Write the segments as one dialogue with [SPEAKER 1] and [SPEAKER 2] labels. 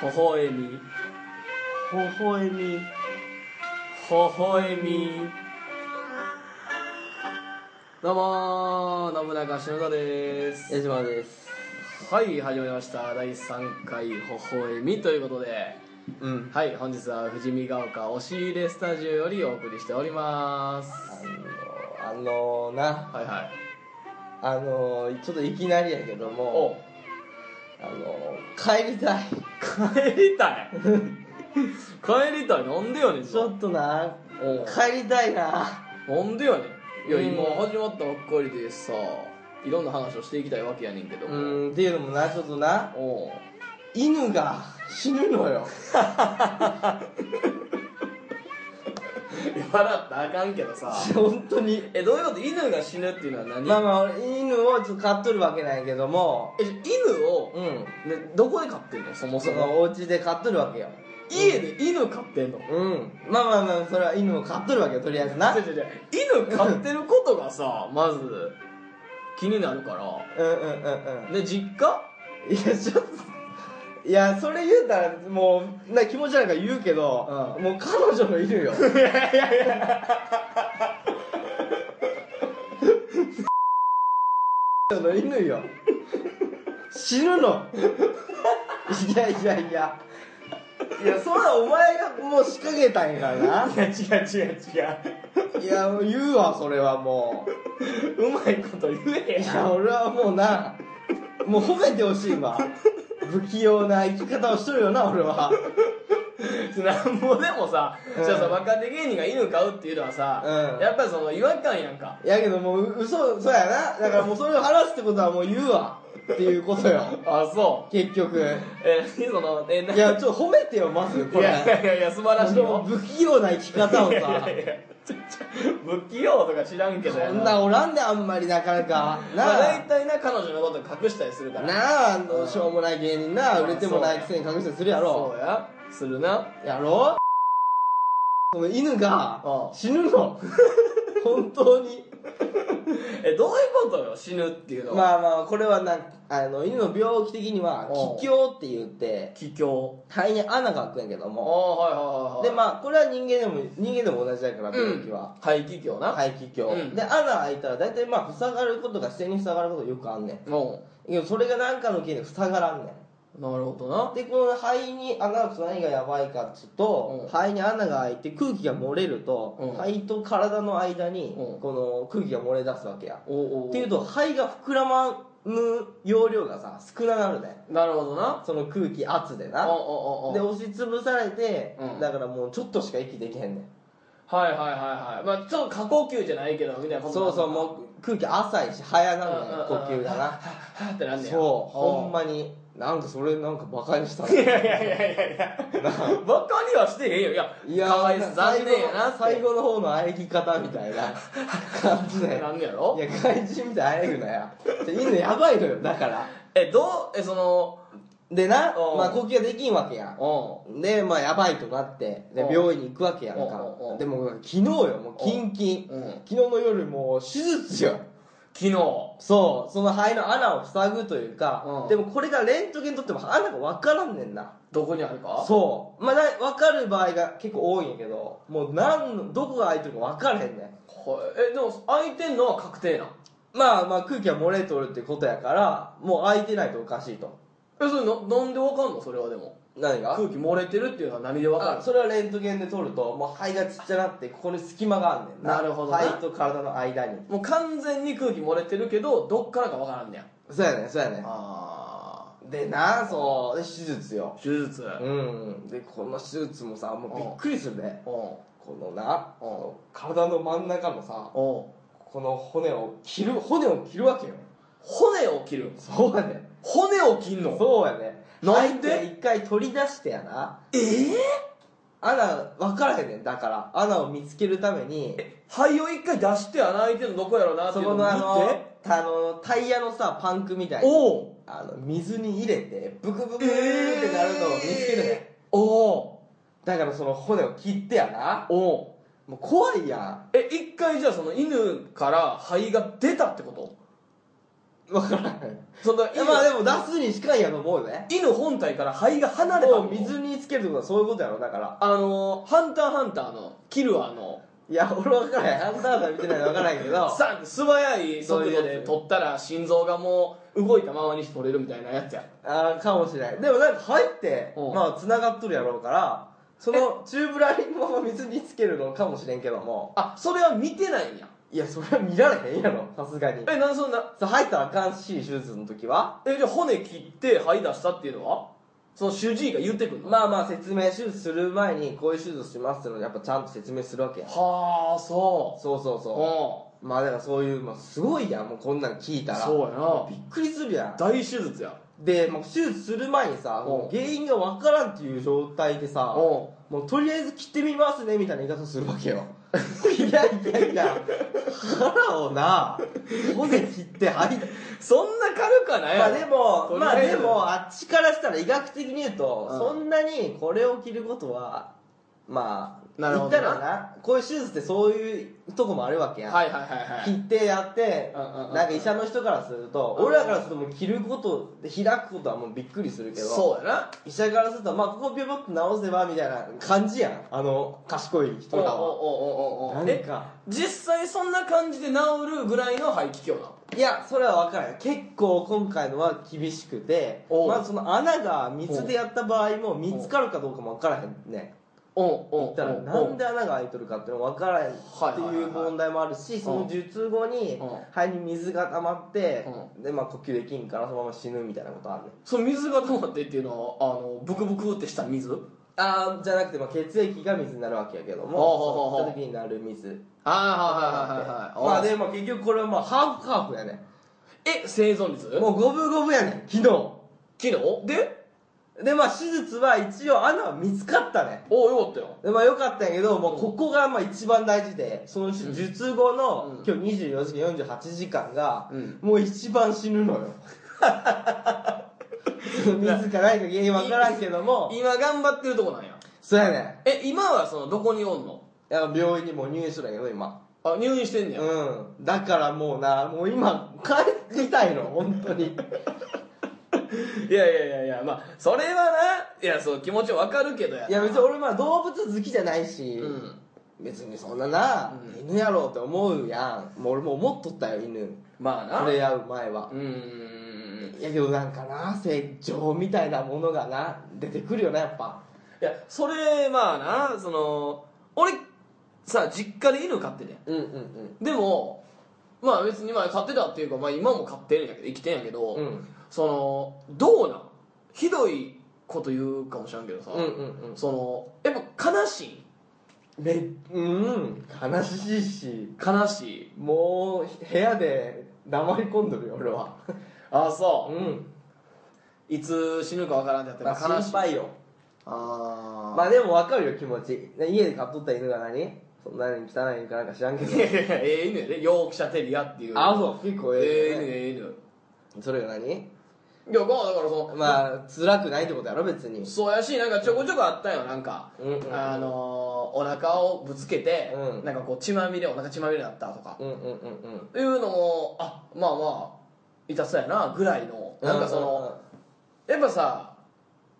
[SPEAKER 1] ほほえみ
[SPEAKER 2] ほほえみ
[SPEAKER 1] ほほえみどうもー信長篠田です
[SPEAKER 2] 矢島です
[SPEAKER 1] はい始まりました第3回「ほほえみ」ということで
[SPEAKER 2] うん
[SPEAKER 1] はい本日は富士見ヶ丘押し入れスタジオよりお送りしております
[SPEAKER 2] あのあのな
[SPEAKER 1] はいはい
[SPEAKER 2] あのちょっといきなりやけど
[SPEAKER 1] お
[SPEAKER 2] もあの帰りたい
[SPEAKER 1] 帰りたい 帰りたいなんでよねん
[SPEAKER 2] ちょっとな
[SPEAKER 1] おう
[SPEAKER 2] 帰りたいな
[SPEAKER 1] なんでやねんいや
[SPEAKER 2] うん
[SPEAKER 1] 今始まったばっかりでさいろんな話をしていきたいわけやねんけど
[SPEAKER 2] う
[SPEAKER 1] も
[SPEAKER 2] んっていうのもなちょっとな
[SPEAKER 1] おう
[SPEAKER 2] 犬が死ぬのよ
[SPEAKER 1] いや笑ったらあかんけどさ
[SPEAKER 2] 本当に
[SPEAKER 1] えどういうこと犬が死ぬっていうのは何、
[SPEAKER 2] まあまあ俺犬をちょっと飼っとるわけなんやけども
[SPEAKER 1] え犬を、
[SPEAKER 2] うん
[SPEAKER 1] ね、どこで飼ってんのそもそ
[SPEAKER 2] そ
[SPEAKER 1] も
[SPEAKER 2] のお家で飼っとるわけよ
[SPEAKER 1] 家で犬飼ってんの
[SPEAKER 2] うんまあまあまあそれは犬を飼っとるわけよとりあえずな
[SPEAKER 1] 違う違う違う犬飼ってることがさまず気になるから
[SPEAKER 2] うんうんうんうん
[SPEAKER 1] で実家
[SPEAKER 2] いやちょっといやそれ言うたらもうな気持ち悪いから言うけど、
[SPEAKER 1] う
[SPEAKER 2] もう彼女 もいるよ彼女の犬よ死ぬのいやいやいやいやそらお前がもう仕掛けたんやからな
[SPEAKER 1] や違う違う
[SPEAKER 2] いやもう言うわそれはも
[SPEAKER 1] 違ううまいこと言え
[SPEAKER 2] うい
[SPEAKER 1] や
[SPEAKER 2] や俺はもうなもう褒めてほしいわ不器用な生き方をしとるよな俺は
[SPEAKER 1] なんぼでもさ、
[SPEAKER 2] うん
[SPEAKER 1] じゃあさ若手芸人が犬飼うっていうのはさ、
[SPEAKER 2] うん
[SPEAKER 1] やっぱりその違和感やんか
[SPEAKER 2] やけどもう嘘そうやなだからもうそれを話すってことはもう言うわっていうことよ
[SPEAKER 1] あそう
[SPEAKER 2] 結局
[SPEAKER 1] えーそのえーない
[SPEAKER 2] やちょっと褒めてよまずこ
[SPEAKER 1] い
[SPEAKER 2] れ
[SPEAKER 1] やいやいやいや素晴らしい
[SPEAKER 2] もう
[SPEAKER 1] よ
[SPEAKER 2] 不器用な生き方を
[SPEAKER 1] いや
[SPEAKER 2] さ
[SPEAKER 1] いやいやちょちょ不器用とか知らんけどや
[SPEAKER 2] そんなおらんであんまりなかなかな
[SPEAKER 1] まあ、
[SPEAKER 2] あ
[SPEAKER 1] 大体な彼女のこと隠したりするから
[SPEAKER 2] なああのしょうもない芸人な
[SPEAKER 1] うん
[SPEAKER 2] 売れてもないくせに隠したりするや
[SPEAKER 1] そ
[SPEAKER 2] ろ
[SPEAKER 1] うやするな
[SPEAKER 2] やろこの犬が
[SPEAKER 1] うん
[SPEAKER 2] 死ぬ の本当に
[SPEAKER 1] えどういうことよ死ぬっていうのは、
[SPEAKER 2] まあまあこれはなあの犬の病気的には
[SPEAKER 1] うん
[SPEAKER 2] 気胸って言って
[SPEAKER 1] 気胸
[SPEAKER 2] 肺に穴が開くんやけど
[SPEAKER 1] ああ
[SPEAKER 2] も
[SPEAKER 1] はいはいはいはい
[SPEAKER 2] でまあこれは人間でも人間でも同じだから病気は、
[SPEAKER 1] 肺気胸な、
[SPEAKER 2] 肺気胸、
[SPEAKER 1] うん
[SPEAKER 2] で穴開いたら大体まあ塞がることが自然に塞がることがよくあんねん
[SPEAKER 1] も
[SPEAKER 2] けどそれが何かの原因で塞がらんねん
[SPEAKER 1] うなるほどな
[SPEAKER 2] でこの肺に穴が開くと何がやばいかっつうと、
[SPEAKER 1] うん
[SPEAKER 2] 肺に穴が開いて空気が漏れると、
[SPEAKER 1] うん
[SPEAKER 2] 肺と体の間に
[SPEAKER 1] うん
[SPEAKER 2] この空気が漏れ出すわけや、
[SPEAKER 1] おうおう
[SPEAKER 2] っていうと肺が膨らまむ容量がさ少ななるねん
[SPEAKER 1] なるほどな
[SPEAKER 2] その空気圧で
[SPEAKER 1] おうお
[SPEAKER 2] な
[SPEAKER 1] うおうおう
[SPEAKER 2] で押しつぶされて、
[SPEAKER 1] うん
[SPEAKER 2] だからもうちょっとしか息できへんねん
[SPEAKER 1] はいはいはいはいまあちょっと過呼吸じゃないけどみたいなこと
[SPEAKER 2] そうそうもう空気浅いし早な
[SPEAKER 1] うんん
[SPEAKER 2] だ
[SPEAKER 1] うんう
[SPEAKER 2] よ
[SPEAKER 1] ん
[SPEAKER 2] 呼吸がな
[SPEAKER 1] はぁってなんねや
[SPEAKER 2] そうほん
[SPEAKER 1] ま
[SPEAKER 2] まになんかそれなんかバカにした
[SPEAKER 1] いやいやいやいやいや バカにはしてへんよいや
[SPEAKER 2] いや
[SPEAKER 1] かわいそう残念やな
[SPEAKER 2] 最後の方の喘ぎ方みたいな感じ
[SPEAKER 1] って
[SPEAKER 2] で
[SPEAKER 1] なんねやろ
[SPEAKER 2] いや怪人みたいに喘ぐなや犬やばいのよだから
[SPEAKER 1] えどうえその
[SPEAKER 2] でな、
[SPEAKER 1] うん
[SPEAKER 2] まあ、呼吸ができんわけや
[SPEAKER 1] う
[SPEAKER 2] でまあやばいとなってで
[SPEAKER 1] うん
[SPEAKER 2] 病院に行くわけやん
[SPEAKER 1] うん
[SPEAKER 2] か
[SPEAKER 1] うんうん
[SPEAKER 2] でも昨日よもうキンキン
[SPEAKER 1] うん
[SPEAKER 2] 昨日の夜もう手術よ
[SPEAKER 1] 昨日
[SPEAKER 2] そうその肺の穴を塞ぐというか、
[SPEAKER 1] うん
[SPEAKER 2] でもこれがレントゲン撮っても穴が分からんねんな
[SPEAKER 1] どこにあるか
[SPEAKER 2] そうまあだ分かる場合が結構多いんやけどもう何のどこが開いてるか分からへんね
[SPEAKER 1] ほえでも開いてんのは確定なん
[SPEAKER 2] んまあまあ空気が漏れとるってことやからもう開いてないとおかしいと
[SPEAKER 1] えそれななんでわかんのそれはでも
[SPEAKER 2] 何が
[SPEAKER 1] 空気漏れてるっていうのは何でわか
[SPEAKER 2] あ
[SPEAKER 1] る
[SPEAKER 2] それはレントゲンで撮るともう肺がちっちゃなってここに隙間があんねん
[SPEAKER 1] なるほどな
[SPEAKER 2] 肺と体の間に
[SPEAKER 1] もう完全に空気漏れてるけどどっからかわからんねや
[SPEAKER 2] そうやねそうやね
[SPEAKER 1] あ
[SPEAKER 2] でなそうで手術よ
[SPEAKER 1] 手術
[SPEAKER 2] うんでこの手術もさもうびっくりするね
[SPEAKER 1] うん
[SPEAKER 2] このな
[SPEAKER 1] うん
[SPEAKER 2] この体の真ん中のさ
[SPEAKER 1] うん
[SPEAKER 2] この骨を切る骨を切るわけよ
[SPEAKER 1] 骨を切る
[SPEAKER 2] そうやね
[SPEAKER 1] 骨を切んの
[SPEAKER 2] そうやね
[SPEAKER 1] なんで
[SPEAKER 2] 入って一回取り出してやな
[SPEAKER 1] えー
[SPEAKER 2] 穴分からへんねんだから穴を見つけるために
[SPEAKER 1] 肺を一回出して穴開いてるのどこやろうなって
[SPEAKER 2] そ
[SPEAKER 1] いう
[SPEAKER 2] こ
[SPEAKER 1] のを見
[SPEAKER 2] の
[SPEAKER 1] て
[SPEAKER 2] あのあのタイヤのさパンクみたいに
[SPEAKER 1] おう
[SPEAKER 2] あの水に入れてブクブクブクってなるのを見つけるねん、
[SPEAKER 1] えーおう
[SPEAKER 2] だからその骨を切ってやな
[SPEAKER 1] おう
[SPEAKER 2] もう怖いやん
[SPEAKER 1] え一回じゃあその犬から肺が出たってこと
[SPEAKER 2] わからん
[SPEAKER 1] その
[SPEAKER 2] いやまあでも出すに近いやと思うよね
[SPEAKER 1] 犬本体から肺が離れた
[SPEAKER 2] も
[SPEAKER 1] の
[SPEAKER 2] う水につけるってことはそういうことやろだから
[SPEAKER 1] あのーハンターハンターのキルアの
[SPEAKER 2] いや俺分からへんハンターさん見てないの分からへんけ ど
[SPEAKER 1] さ素早い速度
[SPEAKER 2] そういう
[SPEAKER 1] で
[SPEAKER 2] やつ
[SPEAKER 1] 取ったら心臓がもう動いたままにして取れるみたいなやつや
[SPEAKER 2] あーかもしれないでもなんか入って
[SPEAKER 1] うん
[SPEAKER 2] まあ繋がっとるやろうからそのチューブラリンのまま水につけるのかもしれんけども
[SPEAKER 1] あそれは見てないんや
[SPEAKER 2] いやそれは見られへんやろさすがに
[SPEAKER 1] えなんでそんな
[SPEAKER 2] さ入ったらあかんし手術の時は
[SPEAKER 1] えじゃあ骨切って肺出したっていうのはその主治医が言ってくんの、
[SPEAKER 2] まあまあ説明手術する前にこういう手術しますっていうのをやっぱちゃんと説明するわけや
[SPEAKER 1] はあそ
[SPEAKER 2] そうそう
[SPEAKER 1] う
[SPEAKER 2] そううまあだからそういう、まあ、すごいやんもうこんなん聞いた
[SPEAKER 1] ん
[SPEAKER 2] ら
[SPEAKER 1] そうやな
[SPEAKER 2] びっくりするやん
[SPEAKER 1] 大手術や
[SPEAKER 2] でもう手術する前にさ
[SPEAKER 1] うん
[SPEAKER 2] もう原因がわからんっていう状態でさ
[SPEAKER 1] う
[SPEAKER 2] もうとりあえず切ってみますねみたいな言い方するわ けよいやいやいや腹をな骨切って入って
[SPEAKER 1] そんな軽くはないや
[SPEAKER 2] まあ
[SPEAKER 1] ろ
[SPEAKER 2] でも、
[SPEAKER 1] とり
[SPEAKER 2] まあ
[SPEAKER 1] え
[SPEAKER 2] で
[SPEAKER 1] ず
[SPEAKER 2] も、あっちからしたら医学的に言うと、
[SPEAKER 1] うん
[SPEAKER 2] そんなにこれを着ることは、まあ、
[SPEAKER 1] なるほど
[SPEAKER 2] 言
[SPEAKER 1] な
[SPEAKER 2] ったらな、こういう手術ってそういうとこもあるわけや。
[SPEAKER 1] はいはいはいはい
[SPEAKER 2] 切ってやって、
[SPEAKER 1] うんうんうん
[SPEAKER 2] なんか医者の人からすると、
[SPEAKER 1] うん
[SPEAKER 2] 俺らからするともう着ること、開くことはもうびっくりするけど、
[SPEAKER 1] そうやな
[SPEAKER 2] 医者からすると、まあここピョピョッと直せば、みたいな感じやん。あの、賢い人
[SPEAKER 1] おうおう
[SPEAKER 2] らは。
[SPEAKER 1] おうおうおう
[SPEAKER 2] なん
[SPEAKER 1] え
[SPEAKER 2] か、
[SPEAKER 1] 実際そんな感じで治るぐらいの肺気胸なの
[SPEAKER 2] いやそれは分からん結構今回のは厳しくて
[SPEAKER 1] おう
[SPEAKER 2] まずその穴が水でやった場合も見つかるかどうかも分からへんね
[SPEAKER 1] おう
[SPEAKER 2] 言
[SPEAKER 1] おう
[SPEAKER 2] ったらなんで穴が開いとるかっていうの分からへんって
[SPEAKER 1] はいはい
[SPEAKER 2] い
[SPEAKER 1] は
[SPEAKER 2] う
[SPEAKER 1] い
[SPEAKER 2] 問題もあるしその術後に
[SPEAKER 1] うん
[SPEAKER 2] 肺に水が溜まってでまあ呼吸できんからそのまま死ぬみたいなことあるね
[SPEAKER 1] その水が溜まってっていうのはあのブクブクってした水
[SPEAKER 2] あーじゃなくてまあ血液が水になるわけやけど
[SPEAKER 1] ほうほうほ
[SPEAKER 2] も
[SPEAKER 1] う
[SPEAKER 2] そういった時になる水
[SPEAKER 1] ああ
[SPEAKER 2] まあ
[SPEAKER 1] まあ
[SPEAKER 2] で
[SPEAKER 1] で
[SPEAKER 2] も結局これはまあハーフハーフやね
[SPEAKER 1] え生存率
[SPEAKER 2] もう五分五分やね昨日
[SPEAKER 1] 昨日で
[SPEAKER 2] でまあ手術は一応穴は見つかったね
[SPEAKER 1] おおよかったよ
[SPEAKER 2] でまあよかったんやけどもうここがまあ一番大事でその
[SPEAKER 1] ん
[SPEAKER 2] 術後の、
[SPEAKER 1] うん
[SPEAKER 2] 今日24時間48時間が、
[SPEAKER 1] うん
[SPEAKER 2] もう一番死ぬのよその 水かないか原因わからんけども
[SPEAKER 1] 今頑張ってるとこなんや
[SPEAKER 2] そうやね
[SPEAKER 1] え今はそのどこにおんの
[SPEAKER 2] いや病院にもう入院しとるんやけど今
[SPEAKER 1] あ入院してんねや
[SPEAKER 2] うんだからもうなもう今帰りたいの本 当に
[SPEAKER 1] いやいやいやいやまあそれはないやそう気持ちわかるけどや
[SPEAKER 2] いや別に俺まあ動物好きじゃないし、
[SPEAKER 1] うん
[SPEAKER 2] 別にそんなな、犬やろうって思うやんもう俺も思っとったよ犬
[SPEAKER 1] まあな
[SPEAKER 2] 触れ合う前は
[SPEAKER 1] う、ーん
[SPEAKER 2] いやけどなんかな成長みたいなものがな出てくるよなやっぱ
[SPEAKER 1] いやそれまあなその俺さ実家で犬飼ってて
[SPEAKER 2] うんうんうん
[SPEAKER 1] でもまあ別にまあ飼ってたっていうか、まあ、今も飼ってるんやけど生きてんやけど、
[SPEAKER 2] うん
[SPEAKER 1] そのどうなんひどいこと言うかもしらんけどさ、
[SPEAKER 2] うんうん
[SPEAKER 1] そのやっぱ悲しい
[SPEAKER 2] めうん悲しいし
[SPEAKER 1] 悲しい
[SPEAKER 2] もう部屋で黙り込んどるよ俺は
[SPEAKER 1] あそう
[SPEAKER 2] うん
[SPEAKER 1] いつ死ぬかわからんってやったら
[SPEAKER 2] まあ
[SPEAKER 1] 悲し
[SPEAKER 2] 心
[SPEAKER 1] い、
[SPEAKER 2] 配よ
[SPEAKER 1] あ
[SPEAKER 2] まあでも分かるよ気持ちね家で飼っとった犬が何そんなに汚い犬かなんか知らんけど
[SPEAKER 1] いやいやいや ええ犬やでヨークシャテリアっていう
[SPEAKER 2] あそう結構
[SPEAKER 1] ええ
[SPEAKER 2] ええ
[SPEAKER 1] 犬
[SPEAKER 2] ね
[SPEAKER 1] ええ犬
[SPEAKER 2] それが何
[SPEAKER 1] いやまあだからその
[SPEAKER 2] まあ辛くないってことやろ別に
[SPEAKER 1] そうやしなんかちょこちょこあったよなんか、
[SPEAKER 2] うんうんうん
[SPEAKER 1] あのーお腹をぶつけて、
[SPEAKER 2] うん
[SPEAKER 1] なんかこう血まみれお腹血まみれだったとか、
[SPEAKER 2] うんうんうんうん
[SPEAKER 1] いうのもあまあまあ痛そうやなぐらいのなんかその、やっぱさ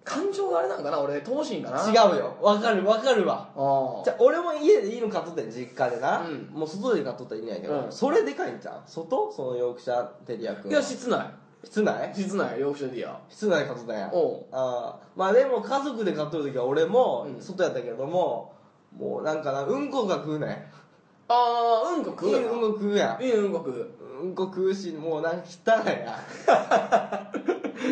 [SPEAKER 1] 感情があれなんかな俺闘心かな
[SPEAKER 2] 違
[SPEAKER 1] あ
[SPEAKER 2] うよ分かる分かるわ
[SPEAKER 1] あ
[SPEAKER 2] じゃあ俺も家でいいの買っとったよ実家でな、
[SPEAKER 1] うん
[SPEAKER 2] もう外で買っとったらいいんやけど、
[SPEAKER 1] うん
[SPEAKER 2] それでかいんちゃう外そのヨークシャテリア君
[SPEAKER 1] いや室内
[SPEAKER 2] 室内
[SPEAKER 1] 室内ヨークシャテリア
[SPEAKER 2] 室内で買っとったんや
[SPEAKER 1] おう
[SPEAKER 2] あーまあでも家族で買っとる時は俺も
[SPEAKER 1] うん
[SPEAKER 2] 外やったけども、もうなんかなうんこが食うね
[SPEAKER 1] ああうんこ
[SPEAKER 2] う
[SPEAKER 1] 食
[SPEAKER 2] ん
[SPEAKER 1] う
[SPEAKER 2] こ
[SPEAKER 1] よな
[SPEAKER 2] 食うや
[SPEAKER 1] いいうんこ食うん
[SPEAKER 2] うんこ食うしもうなんか汚いや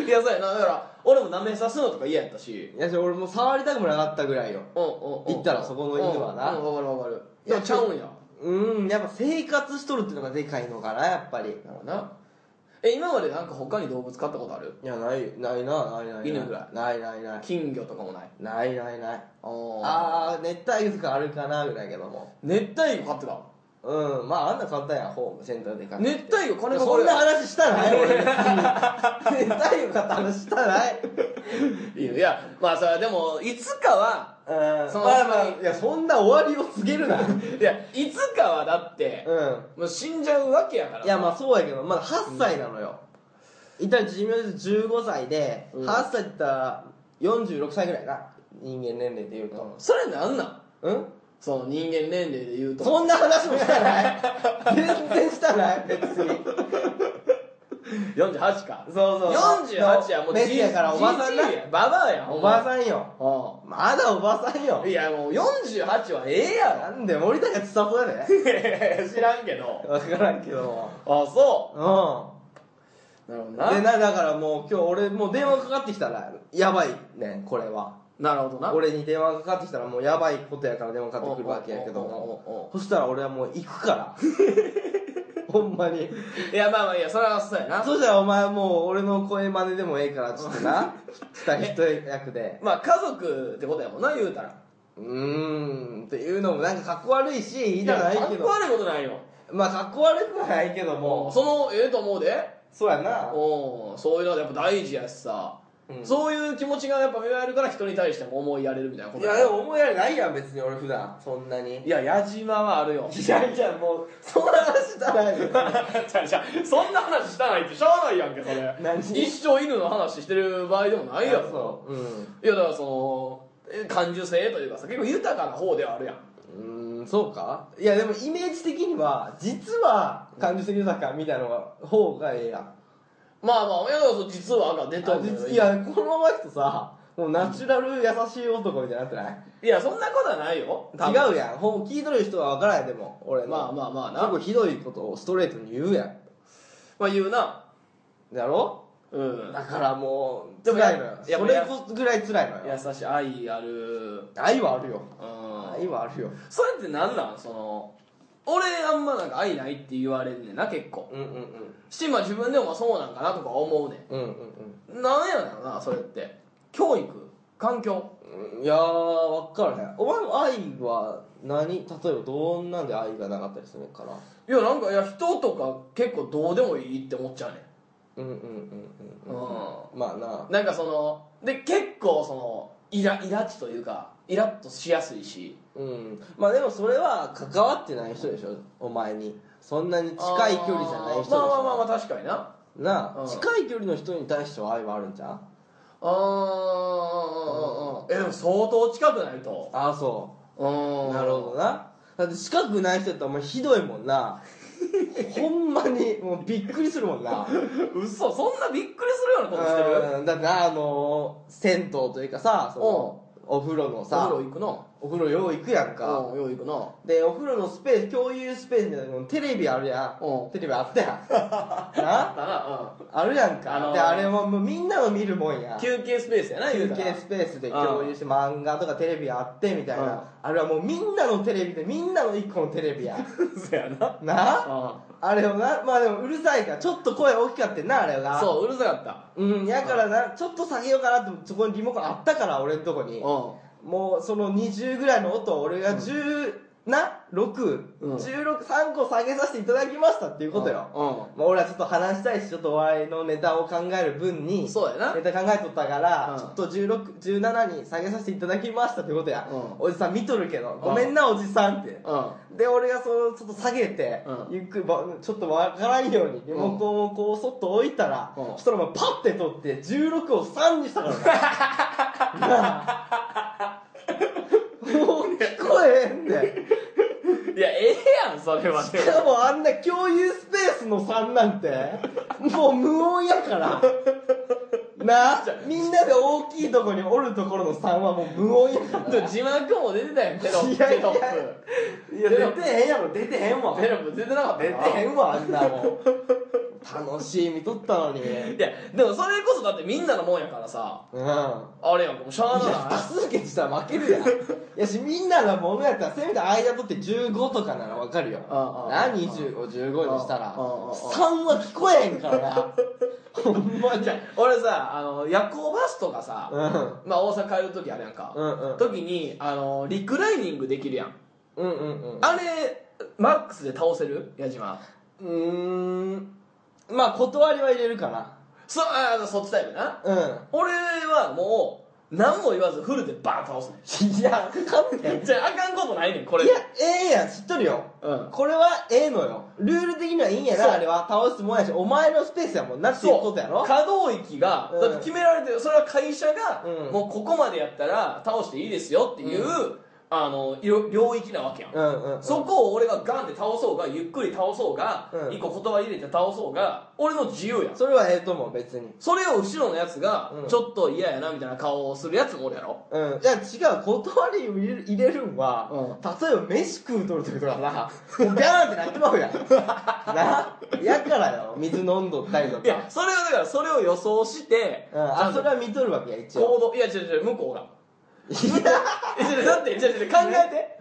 [SPEAKER 1] いやそうやなだから俺も舐めさすのとか嫌やったし
[SPEAKER 2] いや俺もう触りたくもなかったぐらいよ
[SPEAKER 1] うんうんうん
[SPEAKER 2] 行ったらそこの犬はな
[SPEAKER 1] うんうんわかるわかるいやちゃうんや
[SPEAKER 2] うんやっぱ生活しとるっていうのがでかいのかなやっぱり
[SPEAKER 1] なるほどなえ今までなんか他に動物飼ったことある
[SPEAKER 2] いやないないなないないない
[SPEAKER 1] 犬ぐら
[SPEAKER 2] ないないない
[SPEAKER 1] 金魚とかもない
[SPEAKER 2] ないないない
[SPEAKER 1] ああ
[SPEAKER 2] あー熱帯魚とかあるかなぐらいやけども
[SPEAKER 1] 熱帯魚飼ってた
[SPEAKER 2] うんまああんな簡単やんホームセンターで買って
[SPEAKER 1] 熱帯魚金が
[SPEAKER 2] そんな話したない 俺別に熱帯魚買った話したない
[SPEAKER 1] いやいやまあそれはでもいつかは
[SPEAKER 2] うん
[SPEAKER 1] その
[SPEAKER 2] まあまあいやそんな終わりを告げ るなうん
[SPEAKER 1] いやいつかはだってもう死んじゃうわけやから
[SPEAKER 2] いやまあそうやけどまだ8歳なのよ、一旦寿命です15歳で、
[SPEAKER 1] うん
[SPEAKER 2] 8歳って言ったら46歳ぐらいな人間年齢でいうと
[SPEAKER 1] それなんなん
[SPEAKER 2] うん、
[SPEAKER 1] その人間年齢で言うと
[SPEAKER 2] そんな話もしたない 全然したない別に
[SPEAKER 1] 48か
[SPEAKER 2] そうそう
[SPEAKER 1] 48はもう
[SPEAKER 2] メスやからおばさんな
[SPEAKER 1] じじいやババアやん
[SPEAKER 2] おば
[SPEAKER 1] ん
[SPEAKER 2] さんよ
[SPEAKER 1] う
[SPEAKER 2] まだおばさんよ
[SPEAKER 1] んいやもう48はええ
[SPEAKER 2] な
[SPEAKER 1] や
[SPEAKER 2] んで森高千里だ ね
[SPEAKER 1] ろ 知らんけど
[SPEAKER 2] 分からんけど
[SPEAKER 1] あそ
[SPEAKER 2] うん
[SPEAKER 1] うなるほど
[SPEAKER 2] で
[SPEAKER 1] な
[SPEAKER 2] なだからもう今日俺もう電話かかってきたらやばいねこれは
[SPEAKER 1] なるほどな
[SPEAKER 2] 俺に電話がかかってきたらもうやばいことやから電話かかってくるわけやけど
[SPEAKER 1] おうおうおうおうおう
[SPEAKER 2] そしたら俺はもう行くから ほんまに
[SPEAKER 1] いやまあまあいやそれはそうやな
[SPEAKER 2] そしたらお前もう俺の声真似でもええからちょっとな二人一役で
[SPEAKER 1] まあ家族ってことやもんな言うたら
[SPEAKER 2] うーんっていうのもなんかかっこ悪いし言いたくない
[SPEAKER 1] やか
[SPEAKER 2] け
[SPEAKER 1] っ
[SPEAKER 2] ど
[SPEAKER 1] こ悪いことないよ
[SPEAKER 2] まあかっこ悪くはないけど
[SPEAKER 1] もう
[SPEAKER 2] も
[SPEAKER 1] そのええと思うで
[SPEAKER 2] そうやな
[SPEAKER 1] うんそういうのはやっぱ大事やしさ、
[SPEAKER 2] うん
[SPEAKER 1] そういう気持ちがやっぱ芽生えるから人に対しても思いやれるみたいなこ
[SPEAKER 2] い
[SPEAKER 1] とや
[SPEAKER 2] やでも思いやりないやん別に俺普段そんなに
[SPEAKER 1] いや矢島はあるよ
[SPEAKER 2] いやいやもうそんな話したらないよ
[SPEAKER 1] ちゃうちゃうそんな話したないってしゃあないやんけそれ
[SPEAKER 2] 何
[SPEAKER 1] 一生犬の話してる場合でもないやろ
[SPEAKER 2] そううん
[SPEAKER 1] いやだからそのえ感受性というかさ結構豊かな方ではあるやん
[SPEAKER 2] うーんそうかいやでもイメージ的には実は感受性豊かみたいなのが方がええやん
[SPEAKER 1] まあまあいやだからそう実はが出と
[SPEAKER 2] あ
[SPEAKER 1] んだよ
[SPEAKER 2] 実いやこのままいくとさもうナチュラル優しい男みたいになってない
[SPEAKER 1] いやそんなことはないよ多分
[SPEAKER 2] 違うやんほん聞いとる人は分からんやんでも俺の
[SPEAKER 1] まあまあまあな
[SPEAKER 2] 結構ひどいことをストレートに言うやん
[SPEAKER 1] まあ言うな
[SPEAKER 2] だろ
[SPEAKER 1] うん
[SPEAKER 2] だからもう
[SPEAKER 1] でも
[SPEAKER 2] 辛いのよ
[SPEAKER 1] いや
[SPEAKER 2] それこそぐらい辛いのよ
[SPEAKER 1] 優しい愛ある
[SPEAKER 2] 愛はあるよ
[SPEAKER 1] うん
[SPEAKER 2] 愛はあるよ
[SPEAKER 1] それってなんなんその俺あんまなんか愛ないって言われんねんな結構
[SPEAKER 2] うんうんうん
[SPEAKER 1] しまあ自分でもまあそうなんかなとか思うね
[SPEAKER 2] うんうん
[SPEAKER 1] んなんやろなそれって教育環境
[SPEAKER 2] うんいやー分からへんお前の愛は何例えばどんなんで愛がなかったりするんかない
[SPEAKER 1] やなんかいや人とか結構どうでもいいって思っちゃうね
[SPEAKER 2] うんうんうん
[SPEAKER 1] んう
[SPEAKER 2] うんまあなん
[SPEAKER 1] なんかそので結構そのイライラチというかイラッとしやすいし
[SPEAKER 2] うんまあでもそれは関わってない人でしょお前にそんなに近い距離じゃない人でしょ
[SPEAKER 1] あーまあまあまあまあ確かにな
[SPEAKER 2] なあ、
[SPEAKER 1] うん
[SPEAKER 2] 近い距離の人に対しては愛はあるんじゃん
[SPEAKER 1] ああえでも相当近くないと
[SPEAKER 2] ああそ
[SPEAKER 1] うん
[SPEAKER 2] うなるほどなだって近くない人だったらお前ひどいもん なほんまにもうびっくりするもんな
[SPEAKER 1] 嘘そんなびっくりするようなことしてる
[SPEAKER 2] うんだってなあのー銭湯というかさそのお風呂の
[SPEAKER 1] お
[SPEAKER 2] さ
[SPEAKER 1] 風呂行くな
[SPEAKER 2] お風呂よう行くやんか
[SPEAKER 1] うんよう行くな
[SPEAKER 2] でお風呂のスペース共有スペースみたいなのテレビあるや
[SPEAKER 1] うん
[SPEAKER 2] んテレビあったやん
[SPEAKER 1] あっ
[SPEAKER 2] な
[SPEAKER 1] たな
[SPEAKER 2] あるやんか、
[SPEAKER 1] あのー
[SPEAKER 2] であれももうみんなの見るもんや
[SPEAKER 1] うん休憩スペースやな言う
[SPEAKER 2] 休
[SPEAKER 1] たら
[SPEAKER 2] 憩スペースで共有して漫画とかテレビあってみたいな、
[SPEAKER 1] うん
[SPEAKER 2] あれはもうみんなのテレビでみんなの一個のテレ ビや
[SPEAKER 1] スやな
[SPEAKER 2] なあれをなまあでもうるさいからちょっと声大きかったなあれ
[SPEAKER 1] うん
[SPEAKER 2] が
[SPEAKER 1] そううるさかった
[SPEAKER 2] ううんやからなちょっと下げようかなってそこにリモコンあったから俺のとこに
[SPEAKER 1] う
[SPEAKER 2] もうその20ぐらいの音を俺が10、な6、
[SPEAKER 1] うん
[SPEAKER 2] 16、3個下げさせていただきましたっていうんことよ、
[SPEAKER 1] う
[SPEAKER 2] まあ、俺はちょっと話したいしちょっとお笑いのネタを考える分に
[SPEAKER 1] んそうやな
[SPEAKER 2] ネタ考えとったから、
[SPEAKER 1] うん
[SPEAKER 2] ちょっと16、17に下げさせていただきましたってことや、
[SPEAKER 1] うん
[SPEAKER 2] おじさん見とるけど、ごめんなおじさんって、
[SPEAKER 1] うん
[SPEAKER 2] で俺がそのちょっと下げて、
[SPEAKER 1] うん
[SPEAKER 2] ゆっくりばちょっとわからんようにリモコンをこうそっと置いたら、
[SPEAKER 1] うん
[SPEAKER 2] そしたらお前パッて取って16を3にしたからななあもう聞こえへんで
[SPEAKER 1] いやええやんそれ は
[SPEAKER 2] しかもあんな共有スペースの3なんてもう無音やからなあみんなで大きいとこにおるところの3はもう無音やから
[SPEAKER 1] でも字幕も出てたやんテロップ
[SPEAKER 2] いやい
[SPEAKER 1] テ
[SPEAKER 2] や
[SPEAKER 1] ロッ
[SPEAKER 2] いや出てへんやろ出てへんわ
[SPEAKER 1] プテロップ出てなかった
[SPEAKER 2] 出
[SPEAKER 1] な
[SPEAKER 2] てへんわあんなもん楽しい見とったのにうん
[SPEAKER 1] いやでもそれこそだってみんなのもんやからさあれやんかもうしゃあ
[SPEAKER 2] いや
[SPEAKER 1] な
[SPEAKER 2] 多数決したら負けるやんいやしみんなのものやったらせめて間取って15とかなら分かるよ
[SPEAKER 1] ああ
[SPEAKER 2] な
[SPEAKER 1] あ
[SPEAKER 2] 2515にしたら
[SPEAKER 1] あああ
[SPEAKER 2] 3は聞こえへんからなほんま
[SPEAKER 1] い
[SPEAKER 2] に
[SPEAKER 1] じゃあ俺さあの夜行バスとかさ
[SPEAKER 2] うんうん
[SPEAKER 1] まあ大阪帰る時あるやんか
[SPEAKER 2] うんうん
[SPEAKER 1] 時にあのリクライニングできるやん
[SPEAKER 2] うんうん
[SPEAKER 1] あれマックスで倒せる矢島
[SPEAKER 2] うーんまあ断りは入れるかな
[SPEAKER 1] そあそっちタイプな
[SPEAKER 2] うん
[SPEAKER 1] 俺はもう何も言わずフルでバーン倒すね
[SPEAKER 2] いや、かむね
[SPEAKER 1] んじゃああかんことないねんこれ
[SPEAKER 2] いや、ええやん、知っとるよ。
[SPEAKER 1] うん
[SPEAKER 2] これはええのよ。ルール的にはいいんや
[SPEAKER 1] そう
[SPEAKER 2] な、あれは。倒すもんやし、お前のスペースやもんなって言っと
[SPEAKER 1] そ
[SPEAKER 2] ったやろ
[SPEAKER 1] う可動域が、
[SPEAKER 2] うん
[SPEAKER 1] だって決められてるそれは会社が、
[SPEAKER 2] うん
[SPEAKER 1] もうここまでやったら倒していいですよっていう、
[SPEAKER 2] う
[SPEAKER 1] あのいろ領域なわけやん、
[SPEAKER 2] うんうんうん。
[SPEAKER 1] そこを俺がガンで倒そうがゆっくり倒そうが、
[SPEAKER 2] うん
[SPEAKER 1] 一個言葉入れて倒そうが俺の自由やん
[SPEAKER 2] それはええと思う、別に。
[SPEAKER 1] それを後ろのやつが、
[SPEAKER 2] うん
[SPEAKER 1] ちょっと嫌やなみたいな顔をするやつもおるやろ
[SPEAKER 2] うん。いや、違う、断りを入れる入れるんは、
[SPEAKER 1] うん
[SPEAKER 2] 例えば飯食うとる時とかな、もうビャーンってなってまうやん。 な、やからよ、水飲んどったりと
[SPEAKER 1] いや
[SPEAKER 2] か。
[SPEAKER 1] それはだからそれを予想して、
[SPEAKER 2] うん、
[SPEAKER 1] ちゃ
[SPEAKER 2] あ、
[SPEAKER 1] んと
[SPEAKER 2] それは見とるわけや、一応。
[SPEAKER 1] 行動いや違う違う向こうが
[SPEAKER 2] いや、
[SPEAKER 1] え違う違う だって違う違う考えて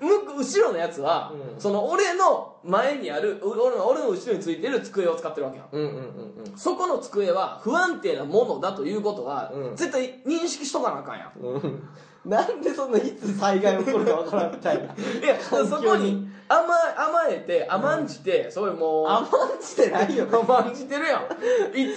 [SPEAKER 1] 向こう後ろのやつは、
[SPEAKER 2] うん
[SPEAKER 1] その俺の前にあるう俺の俺の後ろについてる机を使ってるわけやん
[SPEAKER 2] うんうんうんうん。
[SPEAKER 1] そこの机は不安定なものだということは、
[SPEAKER 2] うん
[SPEAKER 1] 絶対認識しとかなあかんやん
[SPEAKER 2] うんなんでそんないつ災害起こるかわからんみた いな。
[SPEAKER 1] いやそこに甘甘えて甘んじて、そういうもう
[SPEAKER 2] 甘んじてないよ。
[SPEAKER 1] 甘んじてるやんい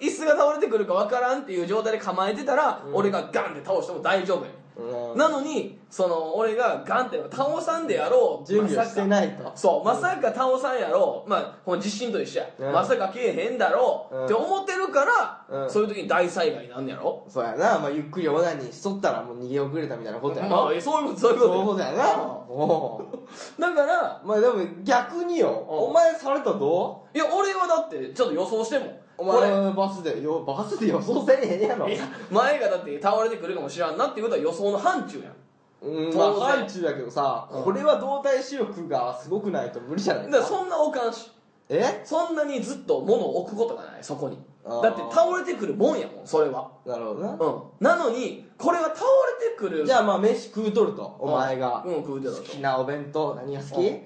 [SPEAKER 1] つ椅子が倒れてくるかわからんっていう状態で構えてたら、
[SPEAKER 2] うん
[SPEAKER 1] 俺がガンって倒しても大丈夫やねん
[SPEAKER 2] うん
[SPEAKER 1] なのにその俺がガンって倒さんでやろう
[SPEAKER 2] 準備をして
[SPEAKER 1] い
[SPEAKER 2] ないと。
[SPEAKER 1] そうまさか倒さんやろうまあこの地震と一緒や、
[SPEAKER 2] うん
[SPEAKER 1] まさかけえへんだろう、
[SPEAKER 2] うん
[SPEAKER 1] って思ってるから、
[SPEAKER 2] うん
[SPEAKER 1] そういう時に大災害になんねやろ
[SPEAKER 2] そうやな、まあゆっくりオナニーしとったらもう逃げ遅れたみたいなことやな。
[SPEAKER 1] まあそういうことそういう
[SPEAKER 2] そ
[SPEAKER 1] こ
[SPEAKER 2] ういうこととやな。お
[SPEAKER 1] だから
[SPEAKER 2] うまあでも逆によ、お前されたらど
[SPEAKER 1] いや俺はだってちょっと予想してんもん
[SPEAKER 2] うお
[SPEAKER 1] これ
[SPEAKER 2] 前バスで、よ、バスで予想せえへんやろ。
[SPEAKER 1] いや前がだって倒れてくるかもしらんなっていうことは予想の範疇やん
[SPEAKER 2] うん、まあ
[SPEAKER 1] 当然
[SPEAKER 2] 範疇だけどさ、
[SPEAKER 1] うん
[SPEAKER 2] これは動体視力がすごくないと無理じゃない
[SPEAKER 1] だ
[SPEAKER 2] か
[SPEAKER 1] からそんなおかんし
[SPEAKER 2] え
[SPEAKER 1] そんなにずっと物を置くことがないそこに
[SPEAKER 2] あー
[SPEAKER 1] だって倒れてくるもんやもんそれは
[SPEAKER 2] なるほどな。
[SPEAKER 1] うんなのにこれは倒れてくる
[SPEAKER 2] じゃあまあ飯食うとると、お前が。
[SPEAKER 1] うん食うてた
[SPEAKER 2] 好
[SPEAKER 1] と
[SPEAKER 2] きなお弁当何が好き、
[SPEAKER 1] うん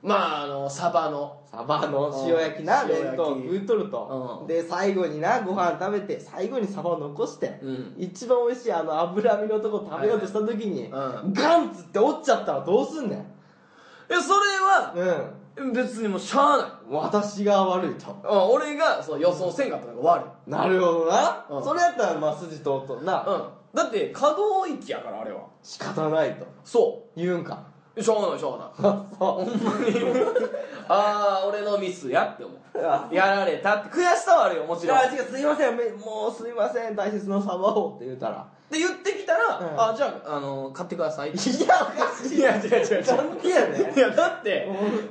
[SPEAKER 1] まああのサバの
[SPEAKER 2] サバの塩焼きな
[SPEAKER 1] うん
[SPEAKER 2] 弁当
[SPEAKER 1] 塩焼き
[SPEAKER 2] 食うとると、
[SPEAKER 1] うん
[SPEAKER 2] で最後になご飯食べて最後にサバを残して、
[SPEAKER 1] うん
[SPEAKER 2] 一番美味しいあの脂身のとこ食べようとした時に、
[SPEAKER 1] はいはいうん
[SPEAKER 2] ガンつって折っちゃったらどうすんねん
[SPEAKER 1] いやそれ
[SPEAKER 2] うん
[SPEAKER 1] は別にもうしゃあない
[SPEAKER 2] 私が悪いと
[SPEAKER 1] うん俺がその予想せんかったのが悪い
[SPEAKER 2] なるほどな、
[SPEAKER 1] うん
[SPEAKER 2] それやったらまあ筋通っとんな、
[SPEAKER 1] うんだって可動域やからあれは
[SPEAKER 2] 仕方ないと
[SPEAKER 1] そ
[SPEAKER 2] 言う んか
[SPEAKER 1] うしょうがないしょうがない
[SPEAKER 2] あそう
[SPEAKER 1] ああ俺のミスやって思
[SPEAKER 2] あ
[SPEAKER 1] うやられたって悔しさはあるよもち
[SPEAKER 2] 違
[SPEAKER 1] ろんっ
[SPEAKER 2] う違うすいませんめもうすいません大切なサバをって言うたら
[SPEAKER 1] て言ってきたら、
[SPEAKER 2] うん
[SPEAKER 1] あじゃああの買ってくださいって
[SPEAKER 2] いやおかしい
[SPEAKER 1] いや違う違う違う
[SPEAKER 2] なんでやねん
[SPEAKER 1] いやだって
[SPEAKER 2] うん
[SPEAKER 1] 謝っ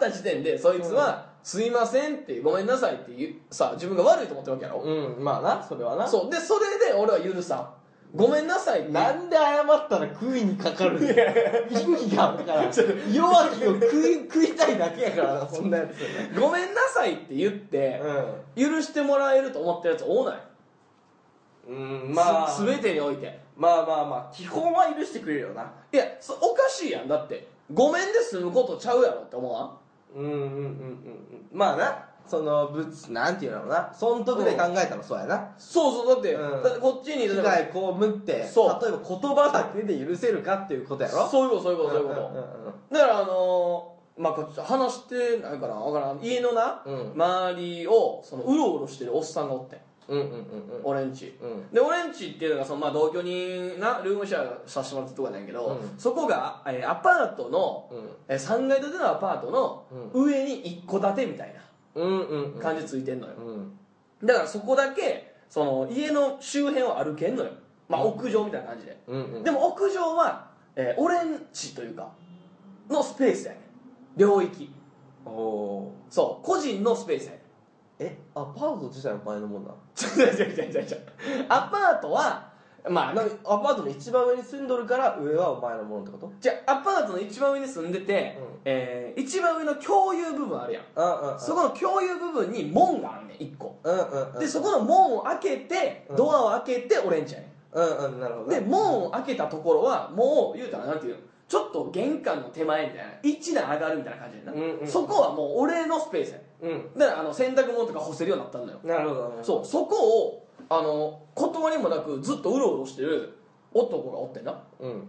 [SPEAKER 1] た時点でそいつは「すいません」って「ごめんなさい」っていうさ自分が悪いと思ってるわけやろ、
[SPEAKER 2] うんまあなそれはな
[SPEAKER 1] そうでそれで俺は許さん「ごめんなさい」って
[SPEAKER 2] なんで謝ったら食いにかかるの意味があるから弱気を食い食いたいだけやからなそんなやつ
[SPEAKER 1] ごめんなさい」って言って、許してもらえると思ってるやつ多ない
[SPEAKER 2] うん、
[SPEAKER 1] まあ全てにおいて
[SPEAKER 2] まあまあまあ基本は許してくれるよない
[SPEAKER 1] やそおかしいやんだって「ごめん」で済むことちゃうやろって思わん
[SPEAKER 2] うんうんうんうんうんまあなそのぶつなんていうのな損得で考えたらそうやな
[SPEAKER 1] そうそうだって,、
[SPEAKER 2] うん
[SPEAKER 1] だってこっちに
[SPEAKER 2] 被
[SPEAKER 1] 例えば
[SPEAKER 2] 害被って
[SPEAKER 1] そう
[SPEAKER 2] 例えば言葉だけで許せるかっていうことやろ
[SPEAKER 1] そういうことそういうことそういうこと、
[SPEAKER 2] んんうん
[SPEAKER 1] だからあのーまあこっち話してないからわからん家のな、
[SPEAKER 2] うん
[SPEAKER 1] 周りをそのうろうろしてるおっさんがおってん
[SPEAKER 2] うんうんうんうん
[SPEAKER 1] 俺んち、
[SPEAKER 2] うん
[SPEAKER 1] で俺んちっていうのがその、まあ、同居人なルームシェアさせてもらったとこやねんけど、
[SPEAKER 2] うん
[SPEAKER 1] そこが、えーアパートの、
[SPEAKER 2] うん
[SPEAKER 1] えー、3階建てのアパートの上に一戸建てみたい
[SPEAKER 2] うんうんうん
[SPEAKER 1] な感じついてんのよ、
[SPEAKER 2] うん
[SPEAKER 1] だからそこだけその家の周辺を歩けんのよまあ屋上みたいな感じで、
[SPEAKER 2] うんうん
[SPEAKER 1] でも屋上は、えー俺んちというかのスペースやねん領域
[SPEAKER 2] おお
[SPEAKER 1] そう個人のスペースやねん
[SPEAKER 2] えアパート自体はお前のもんな
[SPEAKER 1] ちょちょちょちょちょちょアパートはまあ
[SPEAKER 2] なんかアパートの一番上に住んどるから上はお前のものってこと
[SPEAKER 1] じゃあアパートの一番上に住んでて、
[SPEAKER 2] うん
[SPEAKER 1] えー一番上の共有部分あるやん
[SPEAKER 2] うんうん
[SPEAKER 1] そこの共有部分に門があんねん1個
[SPEAKER 2] うんうんうん
[SPEAKER 1] でそこの門を開けて
[SPEAKER 2] うん
[SPEAKER 1] ドアを開けて俺んちやねん
[SPEAKER 2] うんうんなるほど
[SPEAKER 1] で門を開けたところはもう言うたらなんていうのちょっと玄関の手前みたいな一段上がるみたいな感じやな、
[SPEAKER 2] うんうん
[SPEAKER 1] そこはもう俺のスペースやね
[SPEAKER 2] うん
[SPEAKER 1] んだからあの洗濯物とか干せるようになったんだよ
[SPEAKER 2] なるほど
[SPEAKER 1] そうそこをあの断りもなくずっとうろうろしてる男がおってんな
[SPEAKER 2] ううん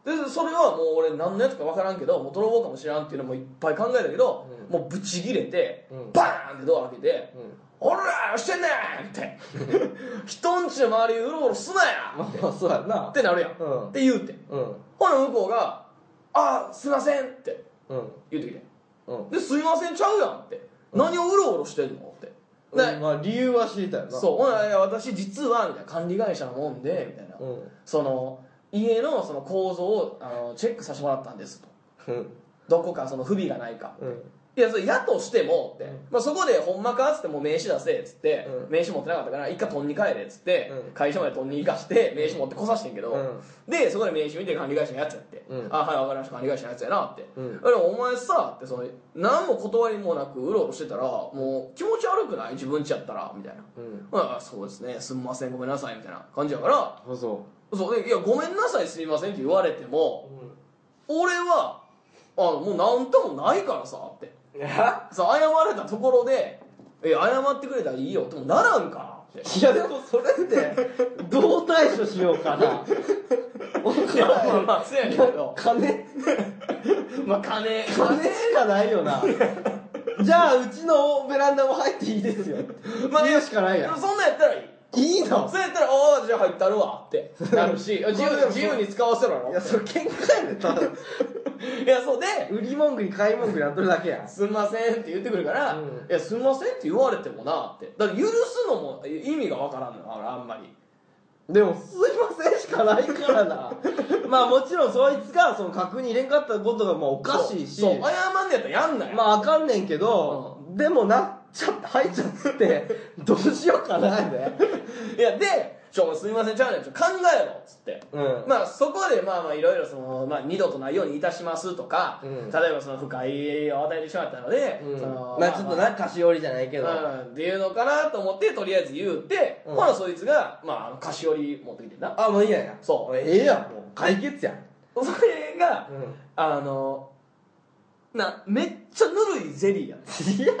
[SPEAKER 1] でそれはもう俺何のやつか分からんけどもう泥棒かもしらんっていうのもいっぱい考えたけど、
[SPEAKER 2] うん
[SPEAKER 1] もうブチギレて、
[SPEAKER 2] うん
[SPEAKER 1] バーンってドア開けて
[SPEAKER 2] うん
[SPEAKER 1] 「おらーしてんねん!」って 一人んちの周りうろうろすなや
[SPEAKER 2] まあそうやな
[SPEAKER 1] ってなるやん、
[SPEAKER 2] うん
[SPEAKER 1] って言うて
[SPEAKER 2] うん
[SPEAKER 1] ほな向こうが「ああすいません」って
[SPEAKER 2] うん
[SPEAKER 1] 言ってきて
[SPEAKER 2] う
[SPEAKER 1] 「
[SPEAKER 2] ん
[SPEAKER 1] で、すいませんちゃうやん」って「何をうろうろしてんの?」ってで、
[SPEAKER 2] うんまあ理由は知りたいな
[SPEAKER 1] そうほな「いや私実は」みたいな管理会社のもんでみたいな、
[SPEAKER 2] うん
[SPEAKER 1] その家のその構造をあのチェックさせてもらったんですと
[SPEAKER 2] うん
[SPEAKER 1] どこかその不備がないか
[SPEAKER 2] うん
[SPEAKER 1] いやそれやとしてもって、
[SPEAKER 2] うん
[SPEAKER 1] まあ、そこで「ほんまか?」っつって「もう名刺出せ」っつって、
[SPEAKER 2] うん
[SPEAKER 1] 名刺持ってなかったから一回取りに帰れっつって、
[SPEAKER 2] うん
[SPEAKER 1] 会社まで取りに行かして名刺持ってこさしてんけど、
[SPEAKER 2] うん
[SPEAKER 1] でそこで名刺見て管理会社のやつやって「
[SPEAKER 2] うん
[SPEAKER 1] あはい分かりました管理会社のやつやな」って「
[SPEAKER 2] うん
[SPEAKER 1] でもお前さ」ってその何も断りもなくうろうろしてたらもう気持ち悪くない自分ちやったらみたいな
[SPEAKER 2] うん
[SPEAKER 1] 「ああそうですねすんませんごめんなさい」みたいな感じやから
[SPEAKER 2] そうそ
[SPEAKER 1] そうでいやごめんなさいすいませんって言われて
[SPEAKER 2] う
[SPEAKER 1] も俺はあのもう何ともないからさって
[SPEAKER 2] うんえ
[SPEAKER 1] そう謝られたところで「え謝ってくれたらいいよ」ともならんからって
[SPEAKER 2] いやでもそれってどう対処しようかなお 金
[SPEAKER 1] まあまあそうやねんけど
[SPEAKER 2] 金
[SPEAKER 1] まあ金
[SPEAKER 2] 金しかないよなじゃあうちのベランダも入っていいですよまあ言うしかない
[SPEAKER 1] で
[SPEAKER 2] や
[SPEAKER 1] も
[SPEAKER 2] ん
[SPEAKER 1] そんなんやったらいい
[SPEAKER 2] いいの
[SPEAKER 1] それやったら「ああじゃあ入ったるわ」ってなる し自由自由に使わせろ
[SPEAKER 2] い
[SPEAKER 1] よ
[SPEAKER 2] やそれ喧嘩やでただ
[SPEAKER 1] いやそうで
[SPEAKER 2] 売り文句に買い文句になっとるだけ
[SPEAKER 1] 「
[SPEAKER 2] や
[SPEAKER 1] すんません」って言ってくるから「
[SPEAKER 2] うん
[SPEAKER 1] いやすんません」って言われてもなってだから許すのも意味がわからんのよあんまり
[SPEAKER 2] でも「すいません」しかないからなまあもちろんそいつがその確認入れんかったことがまあおかしいし
[SPEAKER 1] そうそう謝んねやったらやんなよ
[SPEAKER 2] まああかんねんけど、でもなっちゃって入っちゃってどうしようかなで
[SPEAKER 1] いやで「ちょお前すみませんちゃうねんちょ考えろ」っつって、
[SPEAKER 2] うん
[SPEAKER 1] まあそこでまあまあいろいろその、まあ、二度とないようにいたしますとか、
[SPEAKER 2] うん
[SPEAKER 1] 例えばその不快を与えてしまったので、
[SPEAKER 2] うん
[SPEAKER 1] その
[SPEAKER 2] まあちょっと
[SPEAKER 1] ま
[SPEAKER 2] な菓子折りじゃないけど、
[SPEAKER 1] あうんっていうのかなと思ってとりあえず言うて、
[SPEAKER 2] うん
[SPEAKER 1] ほらそいつが、まあ、あの菓子折り持ってきてんな
[SPEAKER 2] あもういいやんや
[SPEAKER 1] そう
[SPEAKER 2] ええやんもう解決やん
[SPEAKER 1] それが、
[SPEAKER 2] うん
[SPEAKER 1] あのなめっちゃぬるいゼリーやねん
[SPEAKER 2] いや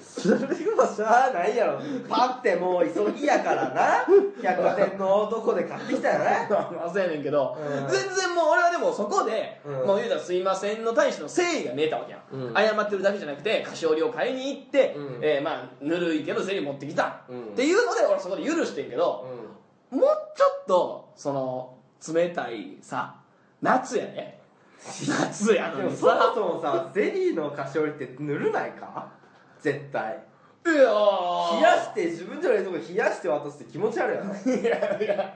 [SPEAKER 2] それはしゃあないやろパってもう急ぎやからな百貨店のとこで買ってきたよね
[SPEAKER 1] まあそうやねんけど、
[SPEAKER 2] うん
[SPEAKER 1] 全然もう俺はでもそこで、
[SPEAKER 2] うん
[SPEAKER 1] もう言うたら「すいません」の対しての誠意が見えたわけやん、
[SPEAKER 2] うん
[SPEAKER 1] 謝ってるだけじゃなくて菓子折りを買いに行って、
[SPEAKER 2] うん
[SPEAKER 1] えーまあぬるいけどゼリー持ってきた、
[SPEAKER 2] うん
[SPEAKER 1] っていうので俺そこで許してんけど、もうちょっとその冷たいさ夏やね夏やの
[SPEAKER 2] でも
[SPEAKER 1] に
[SPEAKER 2] そも
[SPEAKER 1] さ
[SPEAKER 2] そもさゼリーの菓子折りってぬるないか絶対
[SPEAKER 1] いやー
[SPEAKER 2] 冷やして自分じゃないとこ冷やして渡すって気持ち悪いよね
[SPEAKER 1] いやいや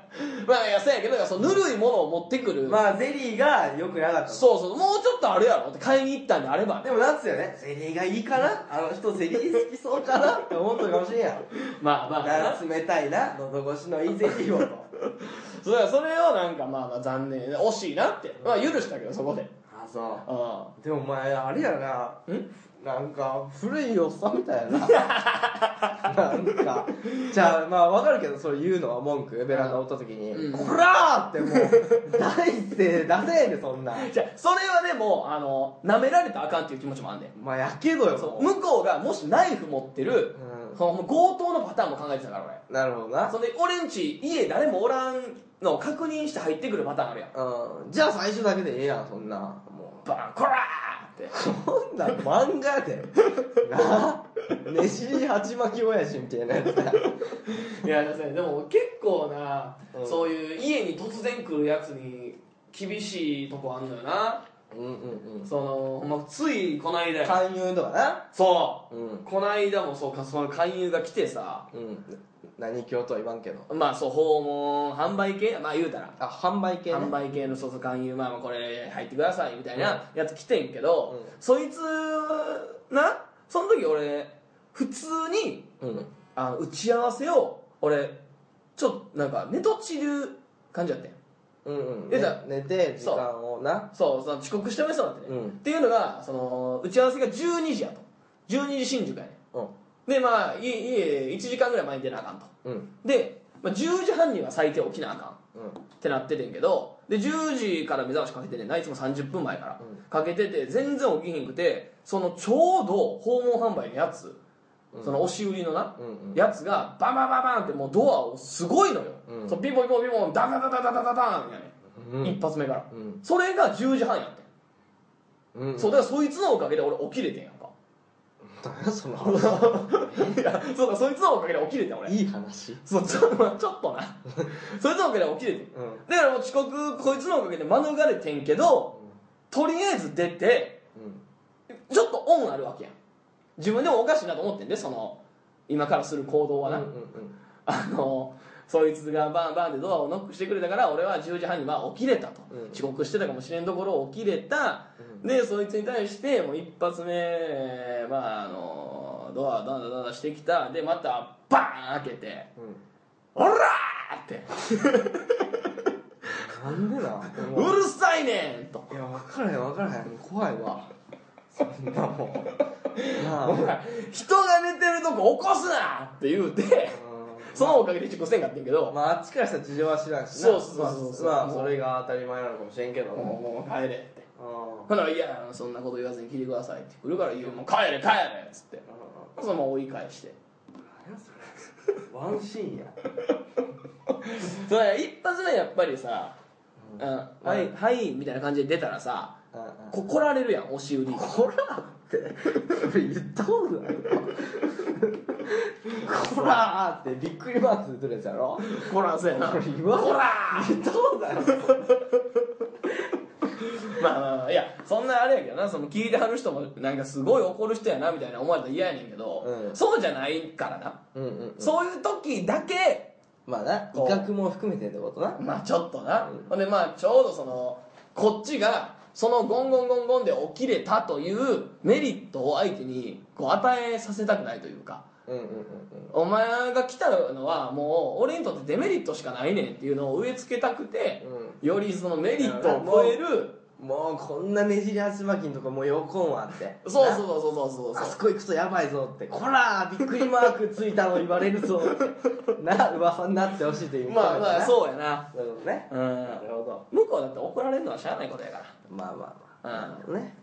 [SPEAKER 1] まあいやそうやけどそのぬるいものを持ってくる、
[SPEAKER 2] まあゼリーが良くなかった
[SPEAKER 1] そうそうもうちょっとあるやろって買いに行ったんであればね
[SPEAKER 2] でもなんつうよねゼリーがいいかなあの人ゼリー好きそうかなって思っとるかもしれんやん
[SPEAKER 1] ま あまあな
[SPEAKER 2] だから冷たいな喉越しのいいゼリーをと
[SPEAKER 1] それはそれをなんかまあまあ残念惜しいなって、まあ、許したけどそこで
[SPEAKER 2] あそう
[SPEAKER 1] う
[SPEAKER 2] でもお前あれやなんなんか古いおっさんみたいやななんかじゃあまあわかるけどそれ言うのは文句ベランダおった時に
[SPEAKER 1] うん
[SPEAKER 2] 「こら!」ってもう大勢出せんでそんなん
[SPEAKER 1] じゃあそれはでもあの舐められたらあかんっていう気持ちもあんねん
[SPEAKER 2] まあやけどよ
[SPEAKER 1] そ
[SPEAKER 2] も
[SPEAKER 1] う向こうがもしナイフ持ってる、
[SPEAKER 2] うん
[SPEAKER 1] その強盗のパターンも考えてたから俺
[SPEAKER 2] なるほどな
[SPEAKER 1] それで俺んち家誰もおらんのを確認して入ってくるパターンあるやん
[SPEAKER 2] うんじゃあ最初だけでええやんそんなも
[SPEAKER 1] バンコラーって
[SPEAKER 2] うそんなん漫画やでなあねしり鉢巻き親父みたいなやつだ
[SPEAKER 1] いやですねでも結構な、
[SPEAKER 2] うん
[SPEAKER 1] そういう家に突然来るやつに厳しいとこあんのよな
[SPEAKER 2] うんうんうん
[SPEAKER 1] そのほんまついこの間や
[SPEAKER 2] 勧誘とかな
[SPEAKER 1] そう
[SPEAKER 2] うん
[SPEAKER 1] この間もそうかその勧誘が来てさ
[SPEAKER 2] うん何教とは言わんけど
[SPEAKER 1] まあそう訪問販売系まあ言うたら
[SPEAKER 2] あ販売系ね
[SPEAKER 1] 販売系のそうそう勧誘まあまあこれ入ってくださいみたいなやつ来てんけど、
[SPEAKER 2] うん
[SPEAKER 1] そいつなその時俺普通に
[SPEAKER 2] うん
[SPEAKER 1] あの打ち合わせを俺ちょっとなんか寝とちる感じやってん
[SPEAKER 2] うんうん
[SPEAKER 1] えじゃあ
[SPEAKER 2] ね寝て時間をな
[SPEAKER 1] そうその遅刻してもらそうだってね、
[SPEAKER 2] うん
[SPEAKER 1] っていうのがその打ち合わせが12時やと12時新宿やね
[SPEAKER 2] うん
[SPEAKER 1] んでまあ家家1時間ぐらい前に出なあかんと
[SPEAKER 2] うん
[SPEAKER 1] で、まあ、10時半には最低起きなあかん
[SPEAKER 2] うん
[SPEAKER 1] ってなっててんけどで10時から目覚ましかけてねんないつも30分前から、
[SPEAKER 2] うん
[SPEAKER 1] かけてて全然起きへんくてそのちょうど訪問販売のやつ、その押し売りのな、
[SPEAKER 2] うんうん
[SPEAKER 1] やつがバンバンバンバンってもうドアをすごいのよ、
[SPEAKER 2] うん
[SPEAKER 1] そうピボピボピボンダダダダダダダダンやね、
[SPEAKER 2] うん
[SPEAKER 1] 一発目から、
[SPEAKER 2] うん
[SPEAKER 1] それが10時半やってん、
[SPEAKER 2] うん
[SPEAKER 1] そうだからそいつのおかげで俺起きれてんやんか
[SPEAKER 2] 何や その話
[SPEAKER 1] いやそうかそいつのおかげで起きれてん俺
[SPEAKER 2] いい話
[SPEAKER 1] そうちょ,、まあ、ちょっとな そいつのおかげで起きれてん
[SPEAKER 2] うん
[SPEAKER 1] だからもう遅刻こいつのおかげで免れてんけどとりあえず出て
[SPEAKER 2] うん
[SPEAKER 1] ちょっと恩あるわけやん自分でもおかしいなと思ってんでその今からする行動はな、
[SPEAKER 2] うんうんうん
[SPEAKER 1] あのそいつがバンバンってドアをノックしてくれたから俺は10時半には起きれたと、
[SPEAKER 2] うん
[SPEAKER 1] 遅刻してたかもしれんところを起きれた、
[SPEAKER 2] う
[SPEAKER 1] でそいつに対してもう一発目まああのドアダンダダンダンしてきたでまたバーン開けて
[SPEAKER 2] う
[SPEAKER 1] 「おら!」って
[SPEAKER 2] んなんでな
[SPEAKER 1] 「うるさいねん!」と。
[SPEAKER 2] いや分からへん分からへん怖いわそんなも んなあ
[SPEAKER 1] お前人が寝てるとこ起こすなって言うてそのおかげで遅刻せんかってんけ
[SPEAKER 2] うん
[SPEAKER 1] ど、
[SPEAKER 2] まああっちからしたら事情は知らんしな
[SPEAKER 1] そうそうそうそう
[SPEAKER 2] まあまあそれが当たり前なのかもしれんけど
[SPEAKER 1] もう
[SPEAKER 2] も
[SPEAKER 1] もう帰れって
[SPEAKER 2] うん
[SPEAKER 1] ほんなら「いやそんなこと言わずに聞いてください」って来るから「いやもう帰れ帰れ」っつってそのまま追い返して
[SPEAKER 2] ワンシーンや
[SPEAKER 1] それ一発目やっぱりさ「うんはいはい」みたいな感じで出たらさこ来られるやん押し売り
[SPEAKER 2] こらって言ったことないこらーってびっくりマークするやつやろ
[SPEAKER 1] こらせやな
[SPEAKER 2] これ言わん
[SPEAKER 1] こら
[SPEAKER 2] 言ったことない
[SPEAKER 1] まあまあまあいやそんなあれやけどなその聞いてはる人もなんかすごい怒る人やなみたいな思われたら嫌やねんけど、
[SPEAKER 2] うん
[SPEAKER 1] そうじゃないからな、
[SPEAKER 2] うんうん
[SPEAKER 1] そういう時だけ
[SPEAKER 2] まあな威
[SPEAKER 1] こう
[SPEAKER 2] 嚇も含めてってことな
[SPEAKER 1] まあちょっとな、
[SPEAKER 2] うん
[SPEAKER 1] ほんでまあちょうどそのこっちがそのゴンゴンゴンゴンで起きれたというメリットを相手にこう与えさせたくないというか
[SPEAKER 2] うんうんうん
[SPEAKER 1] お前が来たのはもう俺にとってデメリットしかないねんっていうのを植え付けたくて、よりそのメリットを超える
[SPEAKER 2] うんもうこんなねじり鉢巻きのとこもうよこんわって
[SPEAKER 1] そう
[SPEAKER 2] な
[SPEAKER 1] そうそうそうそうそう
[SPEAKER 2] あそこ行くとやばいぞってこらーびっくりマークついたの言われるぞ ってな噂になってほしいという
[SPEAKER 1] まあまあ
[SPEAKER 2] う
[SPEAKER 1] そうやな
[SPEAKER 2] なるほどねなる
[SPEAKER 1] う
[SPEAKER 2] ほど
[SPEAKER 1] ん向こうだって怒られるのはしゃあないことやから
[SPEAKER 2] まあまあまあ
[SPEAKER 1] うん
[SPEAKER 2] なるほどね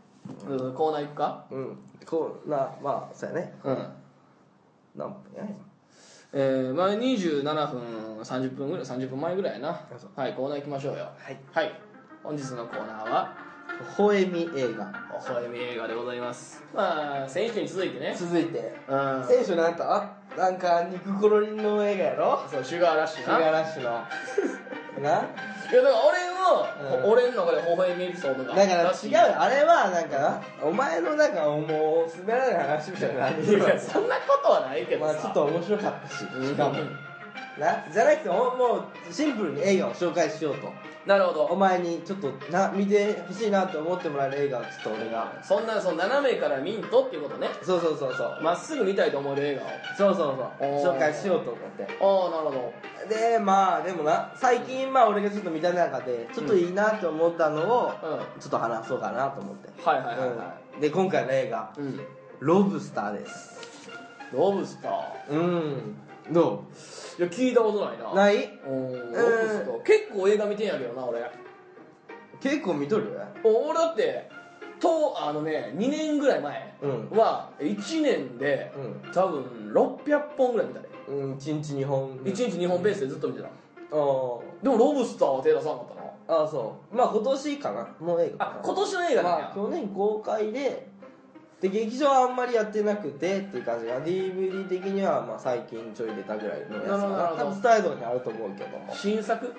[SPEAKER 1] うんコーナー行くか
[SPEAKER 2] うんこうなまあそうやね
[SPEAKER 1] うん
[SPEAKER 2] 何分やね
[SPEAKER 1] えー、まあ27分30分ぐらい30分前ぐらいやな
[SPEAKER 2] そう
[SPEAKER 1] はいコーナー行きましょうよ
[SPEAKER 2] はい
[SPEAKER 1] はい本日のコーナーは
[SPEAKER 2] 微笑み映画
[SPEAKER 1] 「おほえみ映画」でございますまあ先週に続いてね
[SPEAKER 2] 続いて
[SPEAKER 1] うん
[SPEAKER 2] 選手なんかあなんか肉コロリンの映画やろ
[SPEAKER 1] そうシュガーラッシ
[SPEAKER 2] シ
[SPEAKER 1] ュ
[SPEAKER 2] ュ
[SPEAKER 1] な
[SPEAKER 2] ガーラ ッシュのない
[SPEAKER 1] やだから俺
[SPEAKER 2] う
[SPEAKER 1] の、
[SPEAKER 2] ん
[SPEAKER 1] 俺の中で微笑みエピソードが
[SPEAKER 2] だから
[SPEAKER 1] し
[SPEAKER 2] 違うよあれはなんかなお前のなんかもう滑らない話みたいない
[SPEAKER 1] やそんなことはないけど
[SPEAKER 2] ま
[SPEAKER 1] さ、
[SPEAKER 2] あちょっと面白かったし
[SPEAKER 1] うん
[SPEAKER 2] しかもなじゃなくてもうもうシンプルに映画を紹介しようと
[SPEAKER 1] なるほ
[SPEAKER 2] お
[SPEAKER 1] ど
[SPEAKER 2] 前にちょっとな見てほしいなと思ってもらえる映画をちょっと俺が
[SPEAKER 1] そんなその斜めからミントっていうことね
[SPEAKER 2] そうそうそうそう
[SPEAKER 1] まっすぐ見たいと思える映
[SPEAKER 2] そうそう
[SPEAKER 1] お
[SPEAKER 2] そ
[SPEAKER 1] ー
[SPEAKER 2] う紹介しようと思って
[SPEAKER 1] 画をああなるほど
[SPEAKER 2] でまあでもな最近まあ俺がちょっと見た中でちょっといいなと思ったのを
[SPEAKER 1] うん
[SPEAKER 2] ちょっと話そうかなと思って、
[SPEAKER 1] はいはいはいは
[SPEAKER 2] うんで今回の映画
[SPEAKER 1] いうん、
[SPEAKER 2] 「ロブスター」です
[SPEAKER 1] ロブスター
[SPEAKER 2] うんど
[SPEAKER 1] いや聞いたことないな
[SPEAKER 2] うない
[SPEAKER 1] うんロブスター結構映画見てんやけどな俺
[SPEAKER 2] 結構見とる
[SPEAKER 1] お俺だってとあのね2年ぐらい前
[SPEAKER 2] うん
[SPEAKER 1] は1年で、
[SPEAKER 2] う
[SPEAKER 1] 多分600本ぐらい見たね、
[SPEAKER 2] うん1日2本
[SPEAKER 1] 一1日2本ペースでずっと見てた
[SPEAKER 2] あ
[SPEAKER 1] でもロブスターは手出さなかったな
[SPEAKER 2] ああそうまあ今年かなの映画
[SPEAKER 1] あ今年の映画だ
[SPEAKER 2] まあ、去年公開でで劇場はあんまりやってなくてっていう感じが DVD 的にはまあ最近ちょい出たぐらいのやつ
[SPEAKER 1] な
[SPEAKER 2] か
[SPEAKER 1] るほどなるほ
[SPEAKER 2] な
[SPEAKER 1] ど
[SPEAKER 2] 多分スタイドにあると思うけども
[SPEAKER 1] 新作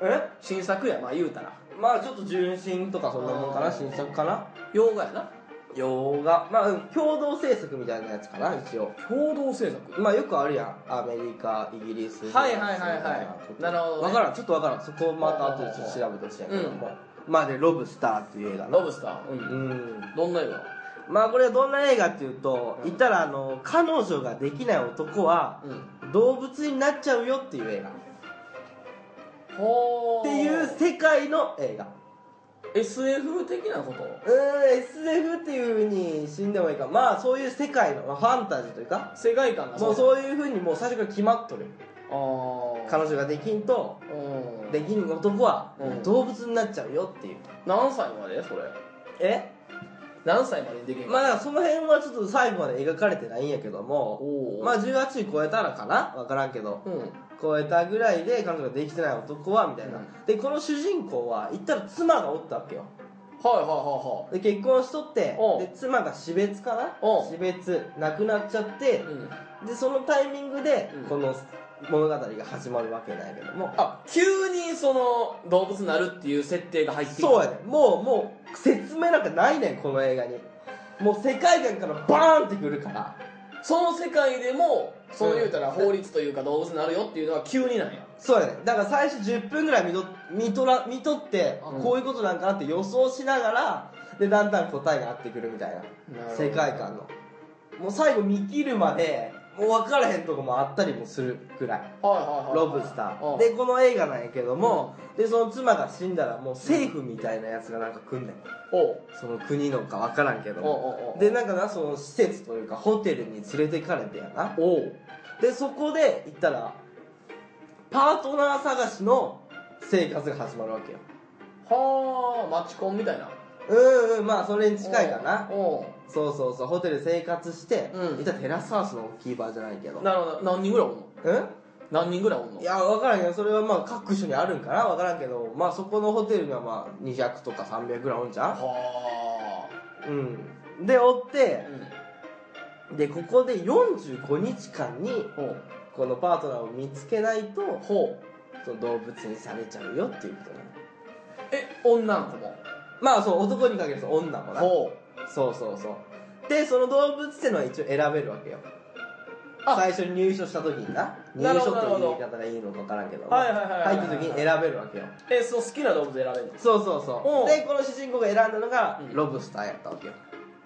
[SPEAKER 2] え
[SPEAKER 1] 新作やまあ言うたら
[SPEAKER 2] まあちょっと純真とかそんなもんか
[SPEAKER 1] あ
[SPEAKER 2] な
[SPEAKER 1] ー
[SPEAKER 2] 新作かな
[SPEAKER 1] 洋画やな
[SPEAKER 2] 洋画まあうん共同制作みたいなやつかな一応
[SPEAKER 1] 共同制作
[SPEAKER 2] まあよくあるやんアメリカイギリス
[SPEAKER 1] はいはいはいはい
[SPEAKER 2] フランスみたなこと
[SPEAKER 1] なるほどね
[SPEAKER 2] わからんちょっとわからんそこまた後でちょっと調べてほしいんやけども、まあで「ロブスター」っていう映画な
[SPEAKER 1] ロブスターう
[SPEAKER 2] うんん
[SPEAKER 1] どんな映画
[SPEAKER 2] まあこれはどんな映画っていうと、
[SPEAKER 1] うん
[SPEAKER 2] 言ったらあの彼女ができない男は
[SPEAKER 1] うん
[SPEAKER 2] 動物になっちゃうよっていう映画っ
[SPEAKER 1] ほ
[SPEAKER 2] て
[SPEAKER 1] ー
[SPEAKER 2] いう世界の映画
[SPEAKER 1] SF 的なこと
[SPEAKER 2] うーん SF っていうふうに死んでもいいかまあそういう世界のまあファンタジーというか
[SPEAKER 1] 世界観が
[SPEAKER 2] もう
[SPEAKER 1] う
[SPEAKER 2] そういうふうにもう最初から決まっとる
[SPEAKER 1] ああ
[SPEAKER 2] 彼女ができんと
[SPEAKER 1] うん
[SPEAKER 2] できん男は
[SPEAKER 1] うん
[SPEAKER 2] 動物になっちゃうよっていう、
[SPEAKER 1] 何歳までそれ
[SPEAKER 2] え
[SPEAKER 1] 何歳までにできる
[SPEAKER 2] まあだからその辺はちょっと最後まで描かれてないんやけども
[SPEAKER 1] おお
[SPEAKER 2] まあ18超えたらかな分からんけど
[SPEAKER 1] うん
[SPEAKER 2] 超えたぐらいで彼女ができてない男はみたいな、
[SPEAKER 1] うん
[SPEAKER 2] でこの主人公は言ったら妻がおったわけよ
[SPEAKER 1] はいはいは
[SPEAKER 2] で結婚しとって
[SPEAKER 1] おう
[SPEAKER 2] で妻が死別かな
[SPEAKER 1] おう
[SPEAKER 2] 死別亡くなっちゃって
[SPEAKER 1] いはい、うん、
[SPEAKER 2] でそのタイミングで
[SPEAKER 1] うん
[SPEAKER 2] この物語が始まるわけないけども
[SPEAKER 1] あ急にその動物になるっていう設定が入ってきた
[SPEAKER 2] そうやねもうもう説明なんかないねんこの映画にもう世界観からバーンってくるから
[SPEAKER 1] その世界でもそううん言うたら法律というか動物になるよっていうのは急になんや
[SPEAKER 2] そうやねだから最初10分ぐらい見と見とら見とって、あ
[SPEAKER 1] うん
[SPEAKER 2] こういうことなんかなって予想しながらでだんだん答えが合ってくるみたいな世界観のもう最後見切るまでもう分からへんとこもあったりもするぐらい
[SPEAKER 1] はいはいはい
[SPEAKER 2] ロブスタ
[SPEAKER 1] う
[SPEAKER 2] ー
[SPEAKER 1] ん
[SPEAKER 2] でこの映画なんやけども、でその妻が死んだらもう政府みたいなやつがなんか来んねん
[SPEAKER 1] おう
[SPEAKER 2] その国のか分からんけど
[SPEAKER 1] お
[SPEAKER 2] も
[SPEAKER 1] うおうおう
[SPEAKER 2] でなんかなその施設というかホテルに連れてかれてやな
[SPEAKER 1] おう
[SPEAKER 2] でそこで行ったらパートナー探しの生活が始まるわけよ
[SPEAKER 1] はあマチコンみたいな
[SPEAKER 2] うんうんまあそれに近いかな
[SPEAKER 1] お
[SPEAKER 2] そうそうそうホテル生活して、
[SPEAKER 1] うん
[SPEAKER 2] いったらテラスハウスのキーパーじゃないけど
[SPEAKER 1] うなるほど何人ぐらいおんの
[SPEAKER 2] うん
[SPEAKER 1] 何人ぐらいおんの
[SPEAKER 2] いや分からんけどそれはまあ各所にあるんかな分からんけどまあそこのホテルにはまあ200とか300ぐらいおんじゃ
[SPEAKER 1] は
[SPEAKER 2] んうんでおっ
[SPEAKER 1] あ
[SPEAKER 2] て
[SPEAKER 1] う
[SPEAKER 2] でここで45日間に
[SPEAKER 1] んほう
[SPEAKER 2] このパートナーを見つけないと
[SPEAKER 1] ほう
[SPEAKER 2] その動物にされちゃうよっていうことなの
[SPEAKER 1] え女の子も
[SPEAKER 2] まあそう男に限らず女もな
[SPEAKER 1] ほう
[SPEAKER 2] そうそうそうでその動物ってのは一応選べるわけよ
[SPEAKER 1] あ
[SPEAKER 2] 最初に入所した時にな入
[SPEAKER 1] なるほ
[SPEAKER 2] 所
[SPEAKER 1] どなるほ
[SPEAKER 2] という
[SPEAKER 1] ど
[SPEAKER 2] 言い方がいいのか分からんけども
[SPEAKER 1] はいはいはいはい
[SPEAKER 2] 入った時に選べるわけよ
[SPEAKER 1] えその好きな動物選べるの
[SPEAKER 2] そうそうそううんでこの主人公が選んだのが
[SPEAKER 1] うん
[SPEAKER 2] ロブスターやったわけよ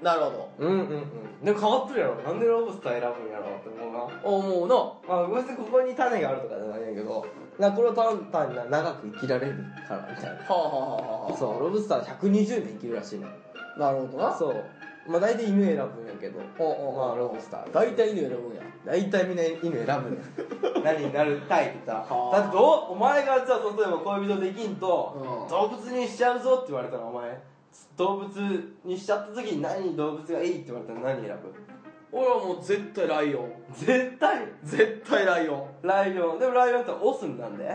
[SPEAKER 1] なるほど
[SPEAKER 2] うんうんうんでも変わってるやろなんでロブスター選ぶんやろって思うな
[SPEAKER 1] 思うの
[SPEAKER 2] まあ別にここに種があるとかじゃないんやけどなこれを単単にな長く生きられるからみたいな
[SPEAKER 1] はあはあはあはあ
[SPEAKER 2] そうロブスターは120年生きるらしいね
[SPEAKER 1] なるほどな
[SPEAKER 2] そうまあ大体犬選ぶんやけど
[SPEAKER 1] おうおう
[SPEAKER 2] まあロブスター
[SPEAKER 1] 大体犬選ぶんや
[SPEAKER 2] 大体みんな犬選ぶ ねん何になるたいってさ
[SPEAKER 1] はあ
[SPEAKER 2] だってどうお前がさ例えば恋人できんと、
[SPEAKER 1] うん
[SPEAKER 2] 動物にしちゃうぞって言われたらお前動物にしちゃった時に何動物がいいって言われたら何選
[SPEAKER 1] 俺はもう絶対ライオン
[SPEAKER 2] ぶ絶対
[SPEAKER 1] 絶対ライオ
[SPEAKER 2] ライオンでもライオンってオスになんで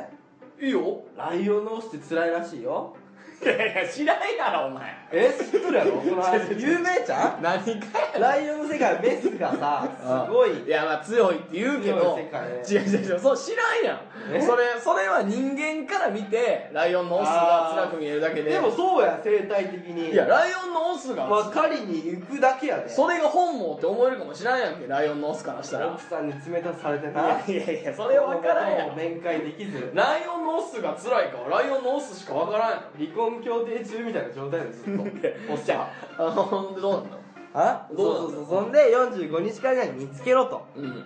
[SPEAKER 1] ンいいよ
[SPEAKER 2] ライオンのオスって辛いらしいよ
[SPEAKER 1] いやいや知らんやろお前
[SPEAKER 2] え知っとるやろこ の話有名じゃん
[SPEAKER 1] 何かや
[SPEAKER 2] ライオンの世界はメスがさすごい
[SPEAKER 1] いやまあ強いって言うけ
[SPEAKER 2] 強
[SPEAKER 1] ど
[SPEAKER 2] い世界ね
[SPEAKER 1] 違う違う違うそう知らんや
[SPEAKER 2] え
[SPEAKER 1] んそれそれは人間から見てライオンのオスが辛く見えるだけで
[SPEAKER 2] でもそうや生態的に
[SPEAKER 1] いやライオンのオスが、
[SPEAKER 2] まあ狩りに行くだけやで
[SPEAKER 1] それが本望って思えるかもしらんやんけライオンのオスからしたら
[SPEAKER 2] 奥さんに冷たくされて
[SPEAKER 1] い
[SPEAKER 2] な
[SPEAKER 1] やいやそれは分からんや
[SPEAKER 2] もうん面会できず
[SPEAKER 1] ライオンのオスが辛いからライオンのオスしか分からんやん
[SPEAKER 2] 離婚協定中みたいな状態でず っとおっしゃ
[SPEAKER 1] あほんでどうなんの
[SPEAKER 2] あ
[SPEAKER 1] ど
[SPEAKER 2] そう
[SPEAKER 1] う
[SPEAKER 2] そ
[SPEAKER 1] な
[SPEAKER 2] うん
[SPEAKER 1] だ
[SPEAKER 2] そうそんで45日間以内に見つけろと
[SPEAKER 1] うん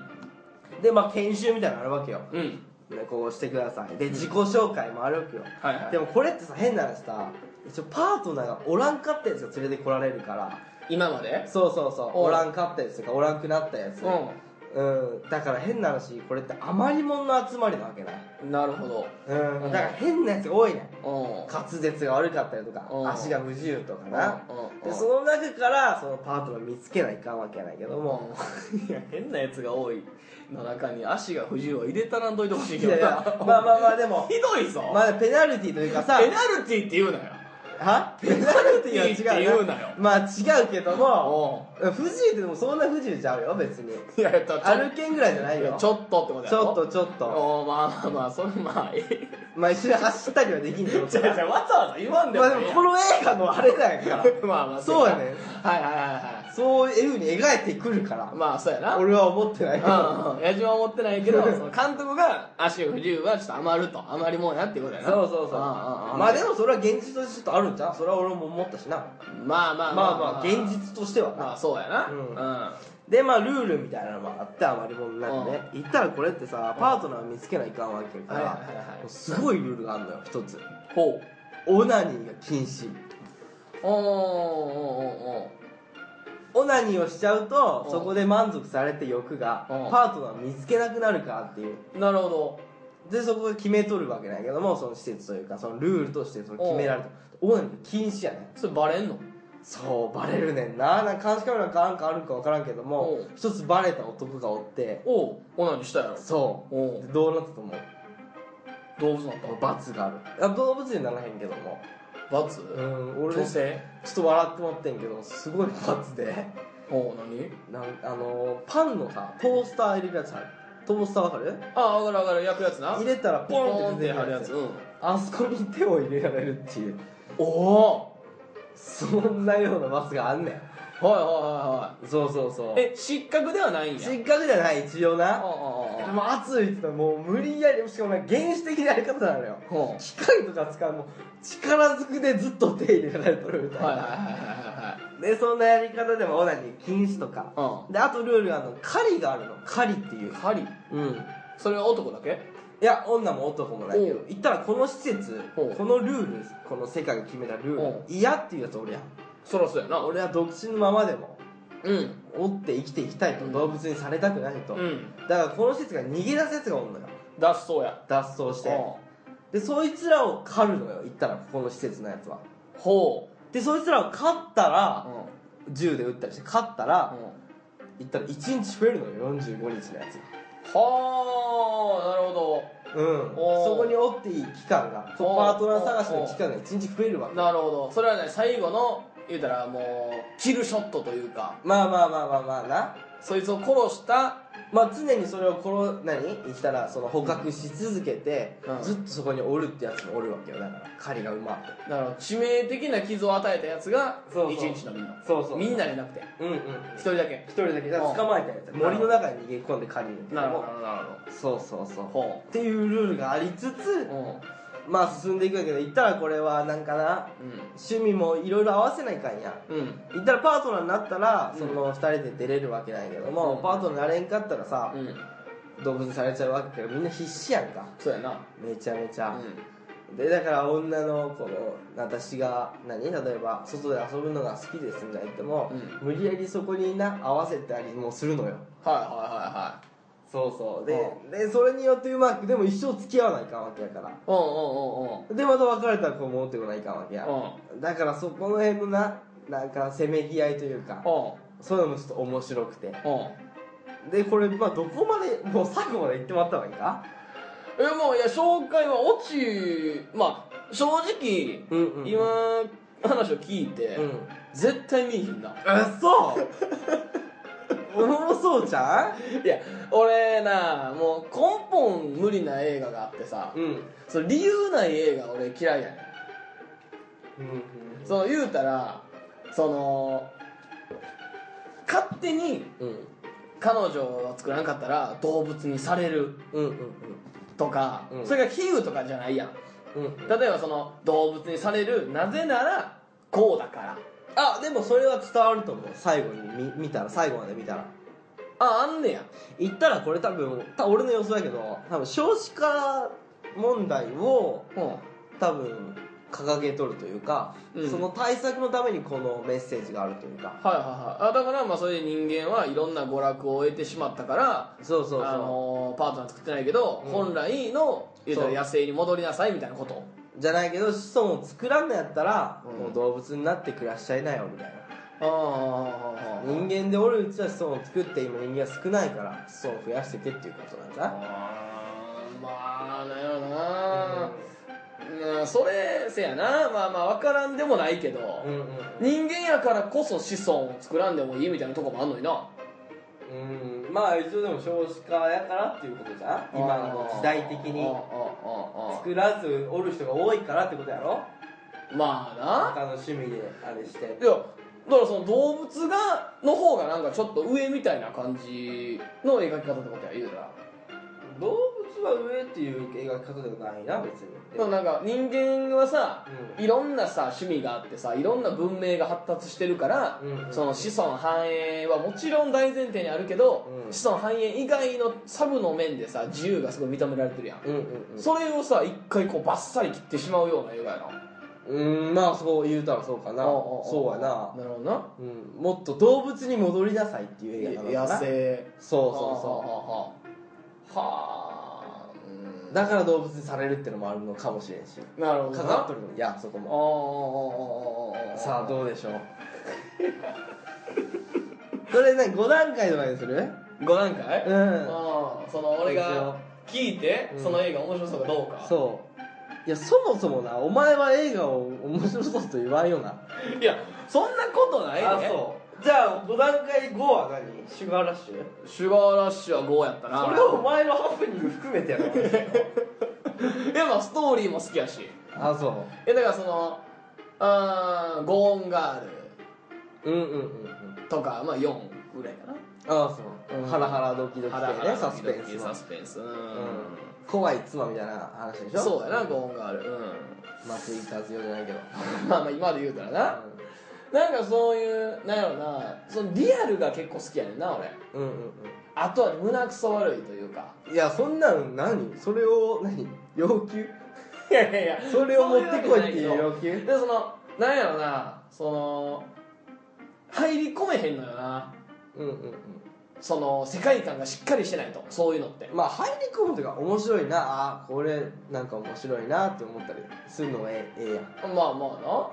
[SPEAKER 2] でまあ研修みたいなのあるわけよ
[SPEAKER 1] うん
[SPEAKER 2] でこうしてくださいで自己紹介もあるわけよ
[SPEAKER 1] はいはい
[SPEAKER 2] でもこれってさ変な話さ一応パートナーがおらんかったやつが連れてこられるから
[SPEAKER 1] 今まで
[SPEAKER 2] そうそうそう
[SPEAKER 1] おう
[SPEAKER 2] おらんかったやつとかおらんくなったやつうんだから変な話これって余り物の集まりなわけない
[SPEAKER 1] うんなるほど
[SPEAKER 2] うんだから変なやつが多いね
[SPEAKER 1] うん
[SPEAKER 2] 滑舌が悪かったりとか
[SPEAKER 1] うん
[SPEAKER 2] 足が不自由とかな
[SPEAKER 1] うんうん
[SPEAKER 2] でその中からそのパートナー見つけないかんわけやないけども
[SPEAKER 1] いや変なやつが多いの中に足が不自由は入れたらんといてほしい
[SPEAKER 2] い
[SPEAKER 1] けど
[SPEAKER 2] やいやまあまあまあでも
[SPEAKER 1] ひどいぞ、
[SPEAKER 2] まあペナルティーというかさ
[SPEAKER 1] ペナルティって言うなよ
[SPEAKER 2] はペナルテ
[SPEAKER 1] ペ
[SPEAKER 2] ィ
[SPEAKER 1] ナルティーっ
[SPEAKER 2] ーは
[SPEAKER 1] て
[SPEAKER 2] 違う
[SPEAKER 1] 言うなよ
[SPEAKER 2] まあ違うけども不自由ってでもそんな不自由ちゃうよ別に
[SPEAKER 1] いやいやちょ
[SPEAKER 2] 歩けんぐらいじゃない
[SPEAKER 1] いや
[SPEAKER 2] よ
[SPEAKER 1] ちょっとってことや
[SPEAKER 2] ち
[SPEAKER 1] ろ
[SPEAKER 2] ょっとちょっと
[SPEAKER 1] おまあまあまあそれまあええ
[SPEAKER 2] まあ一緒に走ったりはできんけど
[SPEAKER 1] じゃあじゃあわざわざ言わんで
[SPEAKER 2] ま
[SPEAKER 1] も
[SPEAKER 2] あ
[SPEAKER 1] ええ
[SPEAKER 2] でも
[SPEAKER 1] やん
[SPEAKER 2] この映画のあれだから
[SPEAKER 1] まあまあ
[SPEAKER 2] そうやね
[SPEAKER 1] はいはいはいは
[SPEAKER 2] そういうふうに描いてくるから
[SPEAKER 1] いまあそうやな
[SPEAKER 2] 俺は思 ってないけど
[SPEAKER 1] うんうん親父は思ってないけどその監督が足が不自由はちょっと余ると余りもんやっていうことやな
[SPEAKER 2] そうそうそうま
[SPEAKER 1] ま
[SPEAKER 2] あ
[SPEAKER 1] あ
[SPEAKER 2] で
[SPEAKER 1] でも
[SPEAKER 2] もそれは現実としてちょっとあるんじゃんそれは俺も思ったしな
[SPEAKER 1] まあま
[SPEAKER 2] ま
[SPEAKER 1] あ
[SPEAKER 2] あまあ現実としては
[SPEAKER 1] ま
[SPEAKER 2] な
[SPEAKER 1] あそうやな
[SPEAKER 2] う
[SPEAKER 1] うんん
[SPEAKER 2] でまあルールみたいなのもあって余り物になるね言ったらこれってさパートナー見つけないかんわけやか
[SPEAKER 1] はいはいはいは
[SPEAKER 2] ら
[SPEAKER 1] い
[SPEAKER 2] すごいルールがあるのよ一つ
[SPEAKER 1] ほう
[SPEAKER 2] オナニーが禁止
[SPEAKER 1] おーお
[SPEAKER 2] オナニーをしちゃうと
[SPEAKER 1] うん
[SPEAKER 2] そこで満足されて欲が
[SPEAKER 1] うん
[SPEAKER 2] パートナー見つけなくなるかっていう
[SPEAKER 1] ーおーおーなるほど
[SPEAKER 2] でそこで決めとるわけないけどもその施設というかそのルールとしてその決められたオナニーが禁止やね
[SPEAKER 1] それバレんの
[SPEAKER 2] そうバレるねんななんか監視カメラかなんかあるんか分からんけど
[SPEAKER 1] お
[SPEAKER 2] も
[SPEAKER 1] う
[SPEAKER 2] 一つバレた男がおって
[SPEAKER 1] おうオナニーしたやろ
[SPEAKER 2] そう
[SPEAKER 1] おう
[SPEAKER 2] でどうなったと思う
[SPEAKER 1] 動物なんだ
[SPEAKER 2] 罰があるあ動物にならへんけども
[SPEAKER 1] 罰
[SPEAKER 2] うん俺
[SPEAKER 1] 女性
[SPEAKER 2] ちょっと笑ってもらってんけどすごい罰で
[SPEAKER 1] おう何
[SPEAKER 2] なんあのーパンのさトースター入れるやつあるトースターわかる
[SPEAKER 1] ああ分かる分かる焼くやつな
[SPEAKER 2] 入れたらポ
[SPEAKER 1] ポ
[SPEAKER 2] ン
[SPEAKER 1] ー
[SPEAKER 2] っ
[SPEAKER 1] ンってて
[SPEAKER 2] 出て
[SPEAKER 1] 貼る
[SPEAKER 2] くる
[SPEAKER 1] や
[SPEAKER 2] や
[SPEAKER 1] つ
[SPEAKER 2] つ
[SPEAKER 1] うん
[SPEAKER 2] あそこに手を入れられるっていう
[SPEAKER 1] おお
[SPEAKER 2] そんなような罰があんねん
[SPEAKER 1] はいは
[SPEAKER 2] そうそうそう
[SPEAKER 1] いはいはいえ失格ではないんや
[SPEAKER 2] 失格じゃない一応
[SPEAKER 1] あああ
[SPEAKER 2] なで
[SPEAKER 1] あ
[SPEAKER 2] も熱いって言ったらもう無理やりしかもなんか原始的なやり方なのよ
[SPEAKER 1] あほ
[SPEAKER 2] 機械とか使うもう力ずくでずっと手入れられとるみた
[SPEAKER 1] う
[SPEAKER 2] い
[SPEAKER 1] はいはい
[SPEAKER 2] な、
[SPEAKER 1] はいはいはい
[SPEAKER 2] でそんなやり方でもオナニー禁止とか、
[SPEAKER 1] う
[SPEAKER 2] であとルールがあの狩りがあるの狩りっていう
[SPEAKER 1] 針
[SPEAKER 2] うん
[SPEAKER 1] それは男だけ
[SPEAKER 2] いや女も男もないけど
[SPEAKER 1] おう
[SPEAKER 2] 言ったらこの施設
[SPEAKER 1] おう
[SPEAKER 2] このルールこの世界が決めたル
[SPEAKER 1] お
[SPEAKER 2] ー
[SPEAKER 1] う
[SPEAKER 2] ル嫌っていうやつ俺やん
[SPEAKER 1] そらそうやな
[SPEAKER 2] 俺は独身のままでも
[SPEAKER 1] うん
[SPEAKER 2] おって生きていきたいと、
[SPEAKER 1] うん
[SPEAKER 2] 動物にされたくないと、
[SPEAKER 1] うん
[SPEAKER 2] だからこの施設が逃げ出すやつがおんのよ
[SPEAKER 1] 脱走や
[SPEAKER 2] 脱走して
[SPEAKER 1] ほ
[SPEAKER 2] でそいつらを狩るのよ言ったらここの施設のやつは
[SPEAKER 1] うほ
[SPEAKER 2] でそいつらを狩った
[SPEAKER 1] うう
[SPEAKER 2] ら
[SPEAKER 1] ん
[SPEAKER 2] 銃で撃ったりして狩ったら、言ったら1日増えるのよ45日のやつ
[SPEAKER 1] はあなるほ
[SPEAKER 2] うん
[SPEAKER 1] おー
[SPEAKER 2] そこにおっていい期間がそ
[SPEAKER 1] お
[SPEAKER 2] う
[SPEAKER 1] ー
[SPEAKER 2] パートナー探しの期間が1日増えるわけ
[SPEAKER 1] どなるほどそれはね最後の言うたらもうキルショットというか
[SPEAKER 2] まあまあまあまあまあな
[SPEAKER 1] そいつを殺した
[SPEAKER 2] まあ常にそれを殺何言ったらその捕獲し続けて、
[SPEAKER 1] うん
[SPEAKER 2] ずっとそこにおるってやつもおるわけよだから狩りがうまく
[SPEAKER 1] なるほど致命的な傷を与えたやつが一
[SPEAKER 2] そうそう
[SPEAKER 1] 日のみの
[SPEAKER 2] そう
[SPEAKER 1] みんなじゃなくて
[SPEAKER 2] うんうん
[SPEAKER 1] 一人だけ
[SPEAKER 2] 一人だけだから捕まえたやつ
[SPEAKER 1] うん
[SPEAKER 2] 森の中に逃げ込んで狩りに行く
[SPEAKER 1] なるほどなる
[SPEAKER 2] そうそうそ
[SPEAKER 1] ほど
[SPEAKER 2] う
[SPEAKER 1] ほ
[SPEAKER 2] っていうルールがありつつ
[SPEAKER 1] ううん
[SPEAKER 2] まあ進んでいくんやけど言ったらこれはなんかな趣味もいろいろ合わせないかんや
[SPEAKER 1] うんうん
[SPEAKER 2] 言ったらパートナーになったら
[SPEAKER 1] うん
[SPEAKER 2] その2人で出れるわけないけども、
[SPEAKER 1] うん
[SPEAKER 2] パートナーになれんかったらさ、
[SPEAKER 1] うん
[SPEAKER 2] 動物にされちゃうわけやからみんな必死やんか
[SPEAKER 1] そうやな
[SPEAKER 2] めちゃめち
[SPEAKER 1] う
[SPEAKER 2] ゃ、
[SPEAKER 1] ん
[SPEAKER 2] でだから女のこの私が何例えば外で遊ぶのが好きですみたいな言っても、無理やりそこにな合わせたりもするのよ
[SPEAKER 1] はいはいはいはい
[SPEAKER 2] そうそうで,、でそれによってうまくでも一生付き合わないかんわけやから
[SPEAKER 1] うん
[SPEAKER 2] でまた別れたらこう戻ってこないかんわけや、
[SPEAKER 1] うんうんうん
[SPEAKER 2] だからそこの辺のななんかせめぎ合いというかそういうのもちょっと面白くて
[SPEAKER 1] うんうん
[SPEAKER 2] でこれまあどこまでもう最後まで行ってもらった方がいいか
[SPEAKER 1] えもういや紹介はオチまあ正直、
[SPEAKER 2] うんうん
[SPEAKER 1] 今話を聞いて、
[SPEAKER 2] うん
[SPEAKER 1] 絶対見えへんな
[SPEAKER 2] あそうおもろそうじゃ
[SPEAKER 1] いや俺なもう根本無理な映画があってさ、
[SPEAKER 2] んうんうん
[SPEAKER 1] その理由ない映画俺嫌いやねんその言うたらその勝手に
[SPEAKER 2] うん
[SPEAKER 1] 彼女を作らなかったら動物にされる
[SPEAKER 2] うんうんうん
[SPEAKER 1] とか、
[SPEAKER 2] うん
[SPEAKER 1] それが比喩とかじゃないやん
[SPEAKER 2] うん
[SPEAKER 1] 例えばその動物にされるなぜならこうだから
[SPEAKER 2] あでもそれは伝わると思う最後に見見たら最後まで見たら
[SPEAKER 1] ああんねや
[SPEAKER 2] 言ったらこれ多分た俺の予想だけど多分少子化問題を
[SPEAKER 1] うん
[SPEAKER 2] 多分掲げとるというか、
[SPEAKER 1] うん
[SPEAKER 2] その対策のためにこのメッセージがあるというか
[SPEAKER 1] はいはいはいあだからまあそれで人間はいろんな娯楽を得てしまったから
[SPEAKER 2] そうそうそう、
[SPEAKER 1] あのーパートナー作ってないけど、
[SPEAKER 2] うん
[SPEAKER 1] 本来の言うたら
[SPEAKER 2] そう
[SPEAKER 1] 野生に戻りなさいみたいなこと
[SPEAKER 2] じゃないけど子孫を作らんのやったら、
[SPEAKER 1] うん
[SPEAKER 2] もう動物になって暮らしちゃいなよみたい
[SPEAKER 1] ああ
[SPEAKER 2] な人間でおるうちは子孫を作って今人間は少ないから子孫を増やしてけっていうことなんじゃない
[SPEAKER 1] まあなんやろな、うん、それせやなまあまあ分からんでもないけど、
[SPEAKER 2] うんうん
[SPEAKER 1] 人間やからこそ子孫を作らんでもいいみたいなとこもあんのにな
[SPEAKER 2] うんまあ一応でも少子化やからっていうことじゃん今の時代的に
[SPEAKER 1] ああああああ
[SPEAKER 2] 作らずおる人が多いからってことやろ
[SPEAKER 1] まあ
[SPEAKER 2] 他の趣味であれして
[SPEAKER 1] ないやだからその動物がの方がなんかちょっと上みたいな感じの描き方ってことや言うたら
[SPEAKER 2] 動物は上っていう描き方ではないな別に
[SPEAKER 1] でもなんか人間はさ、
[SPEAKER 2] うん
[SPEAKER 1] いろんなさ趣味があってさいろんな文明が発達してるから、
[SPEAKER 2] うんうん
[SPEAKER 1] その子孫繁栄はもちろん大前提にあるけど、
[SPEAKER 2] うん
[SPEAKER 1] 子孫繁栄以外のサブの面でさ自由がすごい認められてるやん、
[SPEAKER 2] うんうん
[SPEAKER 1] それをさ一回こうバッサリ切ってしまうような映画やな
[SPEAKER 2] うんうんまあそう言うたらそうか
[SPEAKER 1] お
[SPEAKER 2] な
[SPEAKER 1] うおうお
[SPEAKER 2] そうやな
[SPEAKER 1] なるほどな
[SPEAKER 2] うん、もっと動物に戻りなさいっていう映画なのかな
[SPEAKER 1] 野生
[SPEAKER 2] そう
[SPEAKER 1] は
[SPEAKER 2] そ
[SPEAKER 1] あはあはあはあ
[SPEAKER 2] うそうだから動物にされるってのもあるのかもしれんし
[SPEAKER 1] うんなるほど
[SPEAKER 2] か
[SPEAKER 1] な
[SPEAKER 2] かっとるのいやそこも
[SPEAKER 1] ああ
[SPEAKER 2] さあどうでしょう それね5段階とかにする
[SPEAKER 1] 5段階
[SPEAKER 2] うん
[SPEAKER 1] ああその俺が聞いて、
[SPEAKER 2] うん
[SPEAKER 1] その映画面白そうかどうか
[SPEAKER 2] そいやそもそもなお前は映画を面白そうと言わんよない
[SPEAKER 1] やそんなことないね
[SPEAKER 2] あそうじゃあ5段階5は何シュガーラッシュ
[SPEAKER 1] シュガーラッシュは5やったな
[SPEAKER 2] それはお前のハプニング含めてやろ
[SPEAKER 1] いやまあストーリーも好きやし
[SPEAKER 2] あそう
[SPEAKER 1] えだからそのあーゴーンガール
[SPEAKER 2] うんうんうんうん
[SPEAKER 1] とかまあ4ぐらいかな
[SPEAKER 2] ああそう、
[SPEAKER 1] うん
[SPEAKER 2] ハラハラドキドキ系ね
[SPEAKER 1] ハラハラ
[SPEAKER 2] サスペンスの
[SPEAKER 1] サスペンスう
[SPEAKER 2] うん
[SPEAKER 1] ん
[SPEAKER 2] 怖い妻みたいな話でしょ
[SPEAKER 1] そうやなゴーンガールうん
[SPEAKER 2] 松井一代じゃないけど
[SPEAKER 1] まあまあ今で言うたらななんかそういうなんやろなそのリアルが結構好きやねんな俺
[SPEAKER 2] うんうんうん
[SPEAKER 1] あとは胸くそ悪いというか
[SPEAKER 2] うんいやそんなん何それを何要求
[SPEAKER 1] いやいやいや
[SPEAKER 2] それを持ってこいっていう要
[SPEAKER 1] で
[SPEAKER 2] 求
[SPEAKER 1] そのなんやろなその入り込めへんのよな
[SPEAKER 2] うんうんうん
[SPEAKER 1] その世界観がしっかりしてないとそういうのって
[SPEAKER 2] まあ入り込むというか面白いなあーこれなんか面白いなって思ったりするのがええええやん
[SPEAKER 1] まあまあな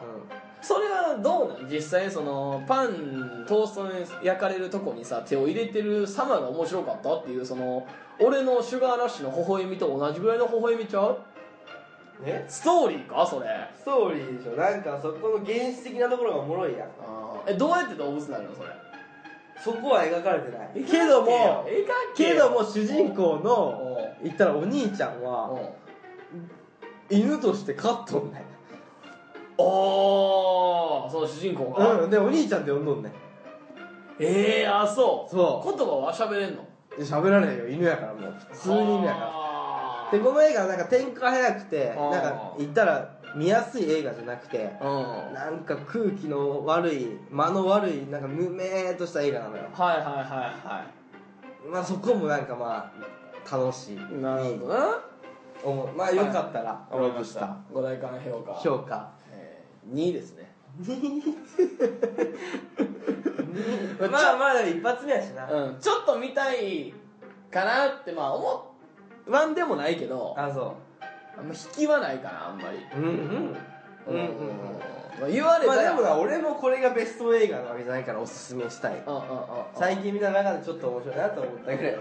[SPEAKER 1] それはどうなん実際そのパントーストに焼かれるとこにさ手を入れてる様が面白かったっていうその俺のシュガーラッシュの微笑みと同じぐらいの微笑みちゃう
[SPEAKER 2] うんね
[SPEAKER 1] ストーリーかそれ
[SPEAKER 2] ストーリーでしょなんかそこの原始的なところがおもろいやん
[SPEAKER 1] えどうやって動物になるのそれ
[SPEAKER 2] そこは描かれてないけども
[SPEAKER 1] えかっけ
[SPEAKER 2] け
[SPEAKER 1] え
[SPEAKER 2] ど
[SPEAKER 1] よ
[SPEAKER 2] も主人公の言ったらお兄ちゃん
[SPEAKER 1] うん
[SPEAKER 2] は犬として飼っとんね
[SPEAKER 1] おーその主人公が、
[SPEAKER 2] うんでお兄ちゃんって呼んどんね
[SPEAKER 1] ええー、あそう
[SPEAKER 2] そう
[SPEAKER 1] 言葉は喋れんの
[SPEAKER 2] 喋られへんよ犬やからもう普通に犬やか
[SPEAKER 1] あ
[SPEAKER 2] ら
[SPEAKER 1] ー
[SPEAKER 2] でこの映画はなんか展開早くて
[SPEAKER 1] あー
[SPEAKER 2] なんか言ったら見やすい映画じゃなくて
[SPEAKER 1] うん
[SPEAKER 2] なんか空気の悪い間の悪いなんかぬめーっとした映画なのよ
[SPEAKER 1] はいはいは
[SPEAKER 2] まあそこもなんかまあ楽しい
[SPEAKER 1] いはいなるほどな
[SPEAKER 2] 思うまあよかったら
[SPEAKER 1] わかりました5大間評価
[SPEAKER 2] 評価
[SPEAKER 1] えー、2です ね
[SPEAKER 2] まあまあ一発目やしな
[SPEAKER 1] うんちょっと見たいかなってまあ思わんでもないけどあ
[SPEAKER 2] あ
[SPEAKER 1] ん
[SPEAKER 2] そ
[SPEAKER 1] ま引きはないかなあんまり
[SPEAKER 2] ううんうんうんうん
[SPEAKER 1] まあ、言われ
[SPEAKER 2] ま
[SPEAKER 1] た
[SPEAKER 2] あで
[SPEAKER 1] ら
[SPEAKER 2] もな俺もこれがベスト映画なわけじゃないからおすすめしたい
[SPEAKER 1] うんうんうんうん
[SPEAKER 2] 最近見た中でちょっと面白いなと思ったぐ らい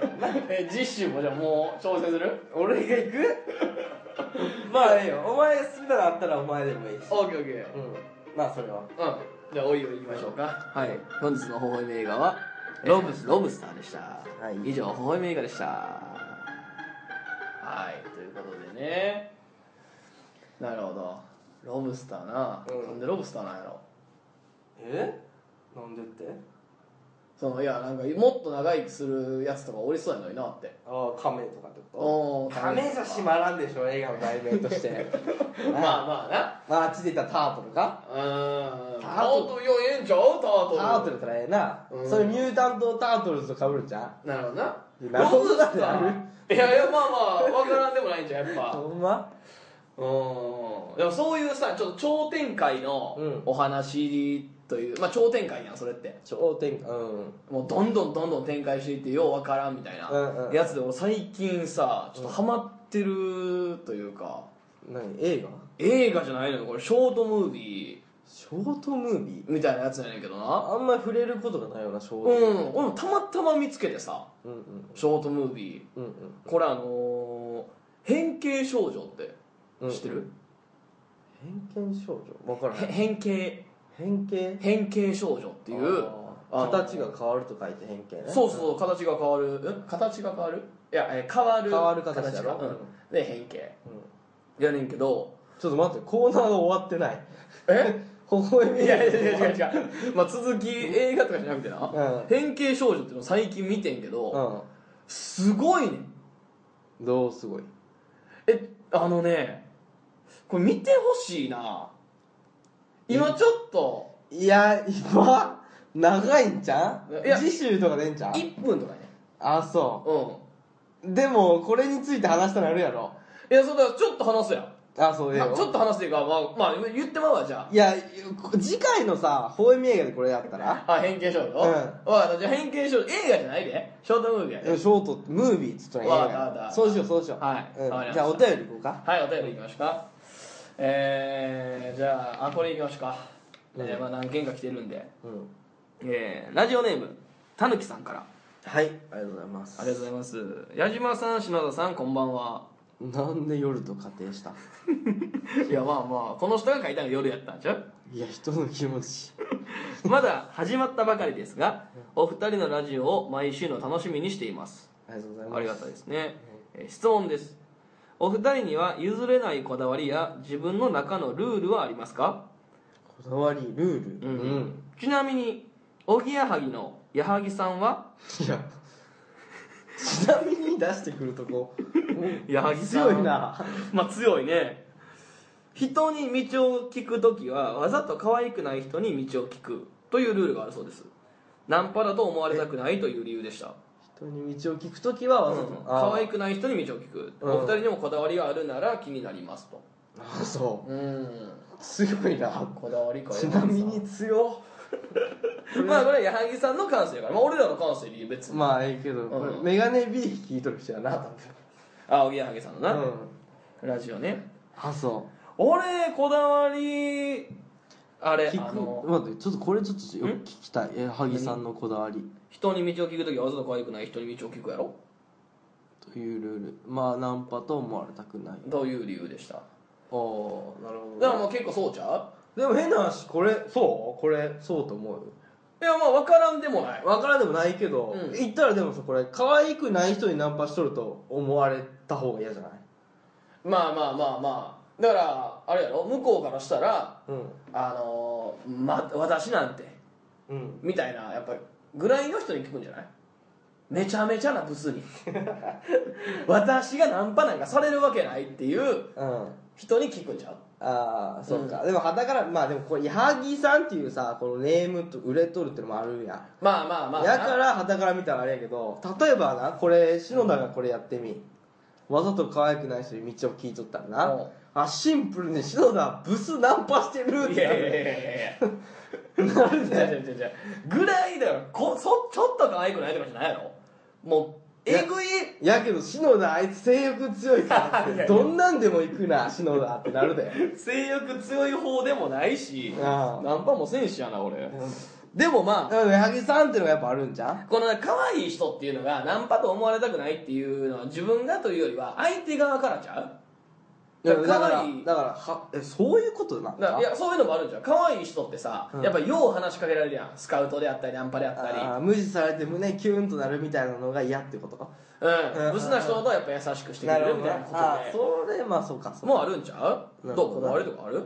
[SPEAKER 1] え実習もじゃあもう挑戦する
[SPEAKER 2] 俺が行く まあええよお前好きなのあったらお前でもいいし
[SPEAKER 1] オーケーオーケー
[SPEAKER 2] うんまあそれは
[SPEAKER 1] うんじゃあおいおい行きましょうかはい本日の微笑み映画は「ロブスロブスター」でした、
[SPEAKER 2] はい
[SPEAKER 1] 以上微笑み映画でしたはいということでねなるほどロブスターな、
[SPEAKER 2] う
[SPEAKER 1] な
[SPEAKER 2] ん
[SPEAKER 1] んでロブスターなんやろ
[SPEAKER 2] えなんでって
[SPEAKER 1] そのいやなんかもっと長生きするやつとかおりそうやのになって
[SPEAKER 2] ああ亀とかって
[SPEAKER 1] お
[SPEAKER 2] こ
[SPEAKER 1] ー
[SPEAKER 2] と亀じゃ閉まらんでしょ映画の題名として
[SPEAKER 1] まあまあな
[SPEAKER 2] まああっちで言ったらタートルか
[SPEAKER 1] うん
[SPEAKER 2] タ
[SPEAKER 1] タ
[SPEAKER 2] ー
[SPEAKER 1] ー
[SPEAKER 2] ト
[SPEAKER 1] トルよええんちゃうタート
[SPEAKER 2] タ
[SPEAKER 1] ル
[SPEAKER 2] ートルやったらええな、
[SPEAKER 1] うん
[SPEAKER 2] それミュータントタートルズとかぶるんじゃん
[SPEAKER 1] なるほどな
[SPEAKER 2] なるほどなってなる
[SPEAKER 1] ロブスターいやいやまあまあわからんでもないんじゃうやっぱ
[SPEAKER 2] ほんま
[SPEAKER 1] うんでもそういうさちょっと超展開
[SPEAKER 2] う
[SPEAKER 1] の
[SPEAKER 2] ん
[SPEAKER 1] お話という、まあ超展開やんそれって
[SPEAKER 2] 超天下うん
[SPEAKER 1] もうどんどんどんどん展開していってようわからんみたいな
[SPEAKER 2] うんうん
[SPEAKER 1] やつで俺最近さちょっとハマってるというか、
[SPEAKER 2] 何映画
[SPEAKER 1] 映画じゃないのよこれショートムービ
[SPEAKER 2] ショートムービー
[SPEAKER 1] ーみたいなやつやねんけどな
[SPEAKER 2] あんまり触れることがないようなショー
[SPEAKER 1] うん
[SPEAKER 2] トムービー
[SPEAKER 1] 俺もたまたま見つけてさ
[SPEAKER 2] うんうん
[SPEAKER 1] ショートムービ
[SPEAKER 2] うんうん
[SPEAKER 1] ーこれあのー変形少女って知ってる、
[SPEAKER 2] 偏見少女分から
[SPEAKER 1] へ
[SPEAKER 2] ない
[SPEAKER 1] 変形
[SPEAKER 2] 偏見っ
[SPEAKER 1] 変形少女っていうあの
[SPEAKER 2] 形が変わると書いて偏見ね
[SPEAKER 1] そうそう、形が変わるん形が変わるいや、えー変わる
[SPEAKER 2] 変わる形だろ
[SPEAKER 1] がうん、で変形
[SPEAKER 2] うん、うん
[SPEAKER 1] やねんけど
[SPEAKER 2] ちょっと待ってコーナーが終わって ない
[SPEAKER 1] え
[SPEAKER 2] 微笑み
[SPEAKER 1] いやいやいや違う違う、まあ、続き映画とかじゃなくてな、
[SPEAKER 2] うん
[SPEAKER 1] 変形少女っていうの最近見てんけど、
[SPEAKER 2] う
[SPEAKER 1] すごいねん
[SPEAKER 2] んどうすごい
[SPEAKER 1] えあのねこれ見てほしいな今ちょっと
[SPEAKER 2] いや今長いんじゃん
[SPEAKER 1] いや
[SPEAKER 2] 次週とかでんじゃん
[SPEAKER 1] 1分とかね
[SPEAKER 2] あそ
[SPEAKER 1] うん
[SPEAKER 2] うでもこれについて話したらあるやろ
[SPEAKER 1] いやそうだからちょっと話すやん
[SPEAKER 2] あそうええ
[SPEAKER 1] あ
[SPEAKER 2] よ
[SPEAKER 1] ちょっと話していいかまあ、まあ、言ってまうわじゃあ
[SPEAKER 2] いや次回のさ微笑み映画でこれやったら
[SPEAKER 1] あ、偏見少女
[SPEAKER 2] うん
[SPEAKER 1] わかったじゃあ偏見少女、映画じゃないで。ショートムービーや
[SPEAKER 2] ショ
[SPEAKER 1] で。
[SPEAKER 2] ートムービーっつったら
[SPEAKER 1] わかったわかった
[SPEAKER 2] そうしようそうしよう
[SPEAKER 1] はいわかりま
[SPEAKER 2] うん、
[SPEAKER 1] した
[SPEAKER 2] じゃあお便りいこうか
[SPEAKER 1] はい、お便りいきましょうか。えー、じゃあ、あ、これいきましょうか。えーまあ何件か来てるんで。
[SPEAKER 2] うん
[SPEAKER 1] えー、ラジオネーム、たぬきさんから。
[SPEAKER 2] はいありがとうございます
[SPEAKER 1] ありがとうございます。矢島さん、篠田さん、こんばんは。
[SPEAKER 2] なんで夜と仮定した
[SPEAKER 1] いやまあまあこの人が書いたの夜やったんちゃう
[SPEAKER 2] いや人の気持ち
[SPEAKER 1] まだ始まったばかりですがお二人のラジオを毎週の楽しみにしています
[SPEAKER 2] ありがとうございま す
[SPEAKER 1] ありがたいですね、えー質問ですお二人には譲れないこだわりや自分の中のルールはありますか
[SPEAKER 2] こだわりルール
[SPEAKER 1] ちなみにおぎやはぎの矢作さんはい
[SPEAKER 2] やちなみに出してくるとこ
[SPEAKER 1] 矢作さん
[SPEAKER 2] 強いな
[SPEAKER 1] まあ強いね人に道を聞く時はわざと可愛くない人に道を聞くというルールがあるそうですナンパだと思われたくないという理由でした
[SPEAKER 2] 人に道を聞くときはわざと、
[SPEAKER 1] 可愛
[SPEAKER 2] く
[SPEAKER 1] くない人に道を聞く
[SPEAKER 2] うん
[SPEAKER 1] お二人にもこだわりがあるなら気になりますと
[SPEAKER 2] あそ
[SPEAKER 1] うん
[SPEAKER 2] う強いな
[SPEAKER 1] こだわりか
[SPEAKER 2] ちなみに強
[SPEAKER 1] まあこれは矢作さんの感性やから、まあ、俺らの感性より別に、
[SPEAKER 2] まあええけど、これ
[SPEAKER 1] うん
[SPEAKER 2] メガネ B 聞いとる人やな多
[SPEAKER 1] あおぎやはぎさんのな、
[SPEAKER 2] 分うん
[SPEAKER 1] ラジオね
[SPEAKER 2] あそ
[SPEAKER 1] 俺こだわりあ
[SPEAKER 2] う
[SPEAKER 1] れ
[SPEAKER 2] 聞
[SPEAKER 1] あ
[SPEAKER 2] く
[SPEAKER 1] の
[SPEAKER 2] 待ってちょっとこれちょっとよく聞きたいえ萩さんのこだわり
[SPEAKER 1] 人に道を聞くときはわざと可愛くない人に道を聞くやろ
[SPEAKER 2] というルールまあナンパと思われたくない
[SPEAKER 1] どういう理由でした
[SPEAKER 2] ああなるほ
[SPEAKER 1] だからもう結構そうちゃ
[SPEAKER 2] でも変な話これそうこれそうと思うよ
[SPEAKER 1] ういやまあ分からんでもない
[SPEAKER 2] 分からんでもないけど、
[SPEAKER 1] うん
[SPEAKER 2] 言ったらでもさこれ可愛くない人にナンパしとると思われた方が嫌じゃない
[SPEAKER 1] まあまあまあまあだからあれやろ向こうからしたら
[SPEAKER 2] うん
[SPEAKER 1] あのーま、私なんて
[SPEAKER 2] うん
[SPEAKER 1] みたいなやっぱりぐらいの人に聞くんじゃないめちゃめちゃなブ スに私がナンパなんかされるわけないっていう
[SPEAKER 2] うん
[SPEAKER 1] 人に聞くんちゃう
[SPEAKER 2] ああそうか、でもはたからまあでもこれ矢作さんっていうさこのネームと売れとるってのもあるやん
[SPEAKER 1] まあまあまあな
[SPEAKER 2] やからはたから見たらあれやけど例えばなこれ篠田がこれやってみ、わざと可愛くない人に道を聞いとったらな、
[SPEAKER 1] うん
[SPEAKER 2] あシンプルに篠田はブスナンパしてるっ
[SPEAKER 1] い
[SPEAKER 2] て
[SPEAKER 1] や
[SPEAKER 2] ない
[SPEAKER 1] やいや
[SPEAKER 2] る
[SPEAKER 1] いやいやじゃあじゃあじゃあじゃあぐらいだよこそちょっと可愛くないとかじゃないやろもうえぐい
[SPEAKER 2] やけど篠田あいつ性欲強い か
[SPEAKER 1] いやい
[SPEAKER 2] ら
[SPEAKER 1] や
[SPEAKER 2] どんなんでも行くな篠田ってなるで
[SPEAKER 1] 性欲強い方でもないし
[SPEAKER 2] ああ
[SPEAKER 1] ナンパもせんしやな俺、でもまあ
[SPEAKER 2] でも矢作さんっていうのがやっぱあるんじゃん
[SPEAKER 1] このね可愛い人っていうのがナンパと思われたくないっていうのは自分がというよりは相手側からちゃう
[SPEAKER 2] だからだか
[SPEAKER 1] 可
[SPEAKER 2] ら
[SPEAKER 1] 愛い
[SPEAKER 2] だからはえそういうことなん
[SPEAKER 1] だ
[SPEAKER 2] だ
[SPEAKER 1] からいやそういうのもあるんじゃん可愛い人ってさ、
[SPEAKER 2] うん
[SPEAKER 1] やっぱよう話しかけられるやんスカウトであったりナンパであったり
[SPEAKER 2] あー無視されて胸キュンとなるみたいなのが嫌ってことか
[SPEAKER 1] うん、
[SPEAKER 2] うん
[SPEAKER 1] ブスな人ほどやっぱ優しくしてくれるみたいなことで
[SPEAKER 2] あーそれまあそうかそう
[SPEAKER 1] もうあるんちゃう
[SPEAKER 2] なる
[SPEAKER 1] ど
[SPEAKER 2] ほ
[SPEAKER 1] うこ
[SPEAKER 2] ど
[SPEAKER 1] だわりとかある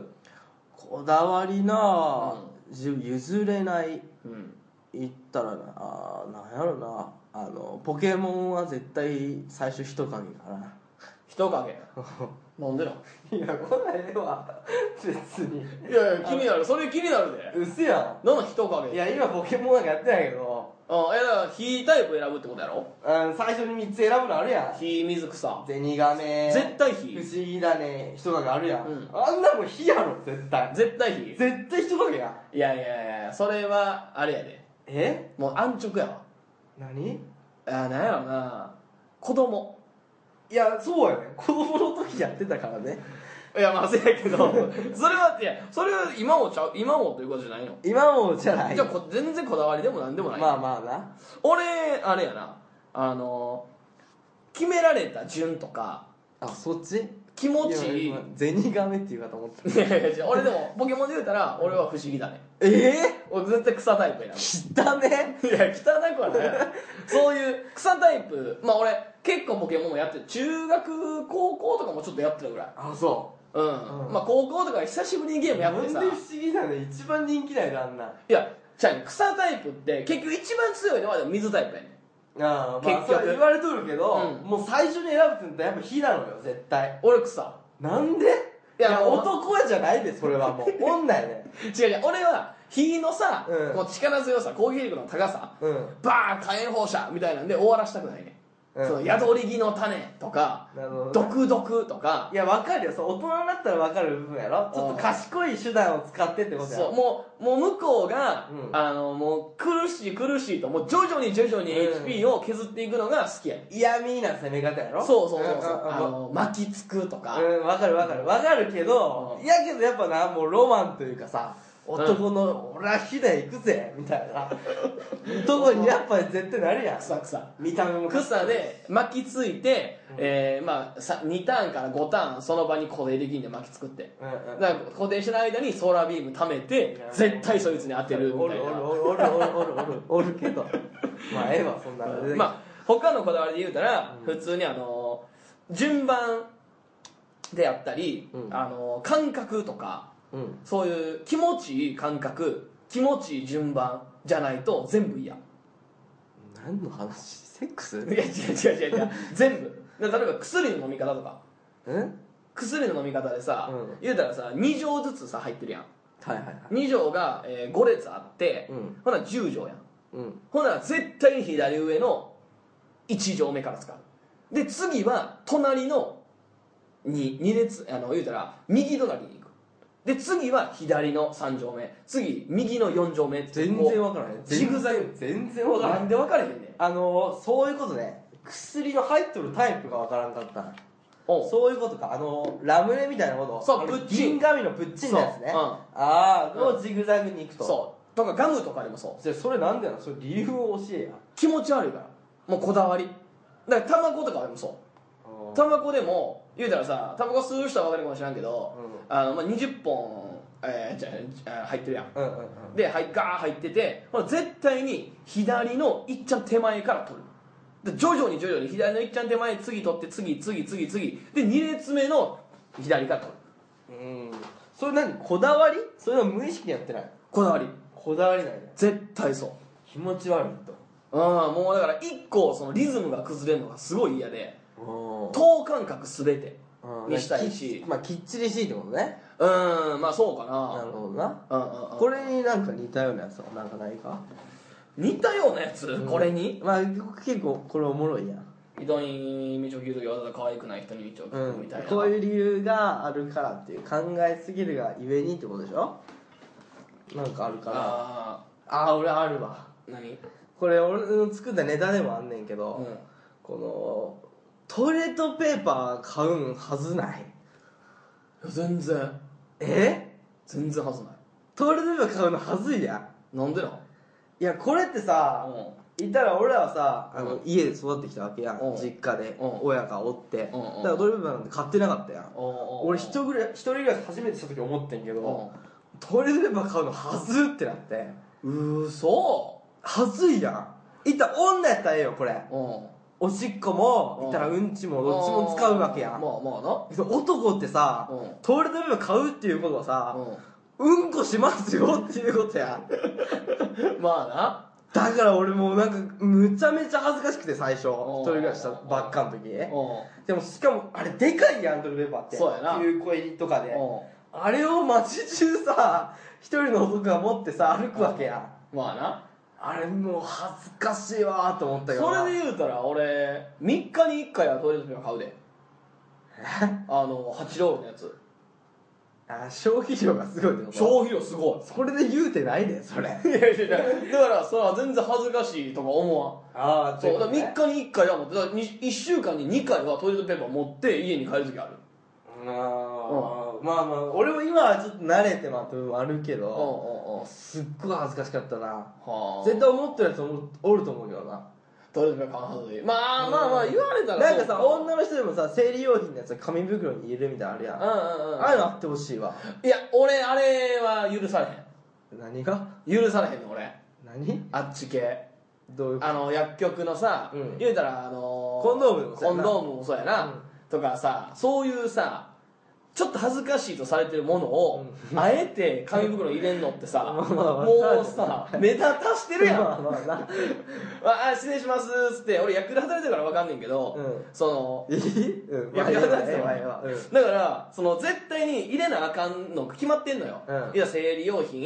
[SPEAKER 2] こだわりなあ、自分譲れない
[SPEAKER 1] うん
[SPEAKER 2] 言ったらなあーなんやろなあのポケモンは絶対最初人影かな
[SPEAKER 1] 人 影なんでない
[SPEAKER 2] やこないでは別に
[SPEAKER 1] いやいや気になるそれ気になるで
[SPEAKER 2] うせや
[SPEAKER 1] なんなん人影
[SPEAKER 2] や今ポケモンなんかやってないけど、
[SPEAKER 1] あいやだから火タイプ選ぶってことやろ
[SPEAKER 2] うん、最初に3つ選ぶのあるや
[SPEAKER 1] 火水草
[SPEAKER 2] んゼニガメ
[SPEAKER 1] 絶対
[SPEAKER 2] 不
[SPEAKER 1] 火
[SPEAKER 2] 思議だね人影あるやん、
[SPEAKER 1] うん
[SPEAKER 2] あんなもん火やろ絶対
[SPEAKER 1] 絶対火
[SPEAKER 2] 絶対人影やん
[SPEAKER 1] いやいやいやそれはあれやで
[SPEAKER 2] え
[SPEAKER 1] もう安直やわ
[SPEAKER 2] 何
[SPEAKER 1] あなんやろな子供
[SPEAKER 2] いやそうやね子供の時やってたからね
[SPEAKER 1] いやまあせやけど それはいやそれは今もちゃう今もということじゃないの
[SPEAKER 2] 今もじゃない
[SPEAKER 1] じゃあこ全然こだわりでもなんでもない、
[SPEAKER 2] まあまあな
[SPEAKER 1] 俺あれやなあの決められた順とか
[SPEAKER 2] あそっち
[SPEAKER 1] 気持ちいい
[SPEAKER 2] 今ゼニガメっていうかと思った
[SPEAKER 1] いやいや違う俺でもポケモンで言うたら俺は不思議だね
[SPEAKER 2] え
[SPEAKER 1] 俺絶対草タイプ 選
[SPEAKER 2] ー、汚ね
[SPEAKER 1] ぶいや汚くはないそういう草タイプまあ俺結構ポケモンもやってる中学高校とかもちょっとやってたぐらい
[SPEAKER 2] あそ
[SPEAKER 1] うん、
[SPEAKER 2] うん
[SPEAKER 1] まあ高校とか久しぶりにゲームやってさ
[SPEAKER 2] なんで不思議だね一番人気だよあんない
[SPEAKER 1] やじゃあ草タイプって結局一番強いのはでも水タイプやねん
[SPEAKER 2] ああ
[SPEAKER 1] 結
[SPEAKER 2] まあ
[SPEAKER 1] 局
[SPEAKER 2] それは言われとるけど、
[SPEAKER 1] うん
[SPEAKER 2] もう最初に選ぶってやっぱ火なのよ絶対
[SPEAKER 1] 俺草
[SPEAKER 2] なんで
[SPEAKER 1] い
[SPEAKER 2] い
[SPEAKER 1] や
[SPEAKER 2] や男じゃないでそれは もう女やね
[SPEAKER 1] 違う違う俺は火のさ、
[SPEAKER 2] うん
[SPEAKER 1] こう力強さ攻撃力の高さ
[SPEAKER 2] うん
[SPEAKER 1] バーン火炎放射みたいなんで終わらしたくないね、
[SPEAKER 2] うん
[SPEAKER 1] その宿り木の種とか
[SPEAKER 2] なるほどね
[SPEAKER 1] 毒毒とか
[SPEAKER 2] いやわかるよそう大人になったらわかる部分やろちょっと賢い手段を使ってってことや
[SPEAKER 1] そう
[SPEAKER 2] ろ
[SPEAKER 1] もうもう向こうが、
[SPEAKER 2] うん
[SPEAKER 1] あのもう苦しい苦しいともう徐々に徐々に
[SPEAKER 2] うん
[SPEAKER 1] HP を削っていくのが好きやね、
[SPEAKER 2] 嫌味な攻め方やろ
[SPEAKER 1] そうそうそうそう、
[SPEAKER 2] んんん
[SPEAKER 1] あの巻きつくとか、
[SPEAKER 2] うんわかるわかるわかるけど、
[SPEAKER 1] う
[SPEAKER 2] いやけどやっぱなもうロマンというかさ男の「俺は飛騨行くぜ」みたい なとこにやっぱり絶対なるやん
[SPEAKER 1] 草草
[SPEAKER 2] 見た目も
[SPEAKER 1] 草で巻きついて、えーまあ、さ2ターンから5ターンその場に固定できんで巻きつくって
[SPEAKER 2] うんうん
[SPEAKER 1] だから固定してる間にソーラービーム貯めて絶対そいつに当てるみ
[SPEAKER 2] お
[SPEAKER 1] た
[SPEAKER 2] る
[SPEAKER 1] い
[SPEAKER 2] おる
[SPEAKER 1] な
[SPEAKER 2] おるおるおるおるおるおるけ どまあええわそんなの
[SPEAKER 1] まあ他のこだわりで言うたら
[SPEAKER 2] うん
[SPEAKER 1] 普通にあの順番であったり、
[SPEAKER 2] うん
[SPEAKER 1] あの感覚とか
[SPEAKER 2] うん
[SPEAKER 1] そういう気持ちいい感覚気持ちいい順番じゃないと全部嫌
[SPEAKER 2] 何の話セック
[SPEAKER 1] い
[SPEAKER 2] ス
[SPEAKER 1] や違う違う違う違う全部だから例えば薬の飲み方とか
[SPEAKER 2] うんはい
[SPEAKER 1] 薬の飲み方でさ、
[SPEAKER 2] うん
[SPEAKER 1] 言うたらさ2錠ずつさ入ってるやん
[SPEAKER 2] はいはい
[SPEAKER 1] 2錠が、え5列あって、
[SPEAKER 2] うん
[SPEAKER 1] ほな10錠やん
[SPEAKER 2] うん
[SPEAKER 1] ほな絶対に左上の1錠目から使うで次は隣の 2, 2列あの言うたら右隣に行くで次は左の3錠目次右の4錠目って
[SPEAKER 2] 全
[SPEAKER 1] こう
[SPEAKER 2] 然わからへん
[SPEAKER 1] ジグザグ
[SPEAKER 2] 全然わから
[SPEAKER 1] な
[SPEAKER 2] へん
[SPEAKER 1] んで分かれへんねん
[SPEAKER 2] あのーそういうことね薬の入っとるタイプがわからんかった
[SPEAKER 1] おう
[SPEAKER 2] そういうことかあのーラムネみたいなこと
[SPEAKER 1] そう
[SPEAKER 2] あの
[SPEAKER 1] プッチン
[SPEAKER 2] 銀紙のプッチンのやつね、
[SPEAKER 1] そううん
[SPEAKER 2] ああのジグザグに行くと
[SPEAKER 1] そうとかガムとかでもそう
[SPEAKER 2] じゃあそれなんでなのそれ理由を教えや
[SPEAKER 1] 気持ち悪いからもうこだわりだからタバコとかでもそうタバコでも言うたらさタバコ吸う人は分かるかもしれんけど、あのまあ、20本、えーじゃあ入ってるやん
[SPEAKER 2] うんうんうん
[SPEAKER 1] ではいガー入っててほら絶対に左のいっちゃん手前から取るで徐々に徐々に左のいっちゃん手前次取って次次次次で2列目の左から取る
[SPEAKER 2] うんそれ何こだわりそれは無意識にやってない
[SPEAKER 1] こだわり
[SPEAKER 2] こだわりないね
[SPEAKER 1] 絶対そう
[SPEAKER 2] 気持ち悪いと
[SPEAKER 1] うんもうだから1個そのリズムが崩れるのがすごい嫌で等間隔全て
[SPEAKER 2] うん
[SPEAKER 1] にしたいし
[SPEAKER 2] まあきっちりしいってことね
[SPEAKER 1] うんまあそうか
[SPEAKER 2] なる
[SPEAKER 1] な
[SPEAKER 2] ほどな
[SPEAKER 1] うんうんうん
[SPEAKER 2] これになんか似たようなやつはなんかないか
[SPEAKER 1] 似たようなやつ、これに
[SPEAKER 2] まあ結構これおもろいやん
[SPEAKER 1] 人に道を聞くときわざわざ可愛くない人に道を聞くみたいな、
[SPEAKER 2] こういう理由があるからっていう考えすぎるがゆえにってことでしょなんかあるからあ
[SPEAKER 1] あ
[SPEAKER 2] あー俺あるわ
[SPEAKER 1] ー何
[SPEAKER 2] これ俺の作ったネタでもあんねんけど、
[SPEAKER 1] うん
[SPEAKER 2] このトイレットペーパー買うんはずない
[SPEAKER 1] 全然
[SPEAKER 2] え
[SPEAKER 1] 全然はずない
[SPEAKER 2] トイレットペーパー買うのはずいやん
[SPEAKER 1] なんでなん
[SPEAKER 2] いやこれってさ、いたら俺らはさあの、
[SPEAKER 1] うん
[SPEAKER 2] 家で育ってきたわけやん、
[SPEAKER 1] うん
[SPEAKER 2] 実家で、
[SPEAKER 1] うん
[SPEAKER 2] 親がおって、
[SPEAKER 1] うんうん
[SPEAKER 2] だからトイレットペーパーなんて買ってなかったやん、俺
[SPEAKER 1] 俺
[SPEAKER 2] 一人ぐらい一人ぐらい初めてした時思ってんけど、
[SPEAKER 1] う
[SPEAKER 2] トイレットペーパー買うのはずってなって
[SPEAKER 1] うそ
[SPEAKER 2] はずいやんいったら女やったらええよこれ
[SPEAKER 1] うん
[SPEAKER 2] おしっこもいったら
[SPEAKER 1] う
[SPEAKER 2] うんちもどっちも使うわけや
[SPEAKER 1] まあ
[SPEAKER 2] ん
[SPEAKER 1] まあな
[SPEAKER 2] 男ってさ
[SPEAKER 1] うん
[SPEAKER 2] トイレットペーパー買うっていうことはさ
[SPEAKER 1] う
[SPEAKER 2] うんこしますよっていうことやん
[SPEAKER 1] んま
[SPEAKER 2] だから俺もうなんかむちゃめちゃ恥ずかしくて最初
[SPEAKER 1] ん
[SPEAKER 2] 一人暮らししたばっかの時
[SPEAKER 1] あなうん
[SPEAKER 2] でもしかもあれでかいやんトイレットペーパーって
[SPEAKER 1] そうやな
[SPEAKER 2] 9個入りとかで
[SPEAKER 1] う
[SPEAKER 2] あれを街中さ一人の男が持ってさ歩くわけやん
[SPEAKER 1] んまあな
[SPEAKER 2] あれもう恥ずかしいわーと思ったけど
[SPEAKER 1] そ
[SPEAKER 2] な
[SPEAKER 1] れで言うたら俺3日に1回はトイレットペーパー買うであの八郎のやつ
[SPEAKER 2] あ消費量がすごいってこと
[SPEAKER 1] 消費量すご
[SPEAKER 2] それで言うてないでそれ
[SPEAKER 1] いいやいやいや だからそれは全然恥ずかしいとか思わん
[SPEAKER 2] あ
[SPEAKER 1] そうだから3日に1回は持ってだからに1週間に2回はトイレットペーパー持って家に帰る時ある
[SPEAKER 2] あーまあまあ俺も今はちょっと慣れてまう部分もあるけ
[SPEAKER 1] うん
[SPEAKER 2] ど
[SPEAKER 1] うんうん
[SPEAKER 2] すっごい恥ずかしかったな
[SPEAKER 1] はあ
[SPEAKER 2] 絶対思ってるやつもおると思うけどな
[SPEAKER 1] トイレットペーパー買わんはずいいまあまあまあ言われたら
[SPEAKER 2] なんかさ
[SPEAKER 1] そう
[SPEAKER 2] 女の人でもさ生理用品のやつは紙袋に入れるみたいなのあるやんあ
[SPEAKER 1] うんうんうん
[SPEAKER 2] あいうのあってほしいわ
[SPEAKER 1] いや俺あれは許され
[SPEAKER 2] 何が
[SPEAKER 1] へん許されへんの俺
[SPEAKER 2] 何
[SPEAKER 1] あっち系
[SPEAKER 2] どういうこと
[SPEAKER 1] あの薬局のさ、
[SPEAKER 2] うん
[SPEAKER 1] 言うたらあの
[SPEAKER 2] コンドームでもそ
[SPEAKER 1] コ
[SPEAKER 2] うや
[SPEAKER 1] ン
[SPEAKER 2] な
[SPEAKER 1] ドームもそうやな、
[SPEAKER 2] うん
[SPEAKER 1] とかさそういうさちょっと恥ずかしいとされてるものを、あえて紙袋に入れんのってさ
[SPEAKER 2] まあまあ
[SPEAKER 1] もうさ目立たしてるやん
[SPEAKER 2] まあまあな
[SPEAKER 1] ああ失礼しますっつって俺役で働いてるから分かんねんけど、
[SPEAKER 2] うん
[SPEAKER 1] その
[SPEAKER 2] えうん
[SPEAKER 1] 役で働いてる
[SPEAKER 2] ええ
[SPEAKER 1] か
[SPEAKER 2] わ
[SPEAKER 1] ら
[SPEAKER 2] ええわうん
[SPEAKER 1] だからその絶対に入れなあかんの決まってんのよ、
[SPEAKER 2] うん
[SPEAKER 1] いや生理用品、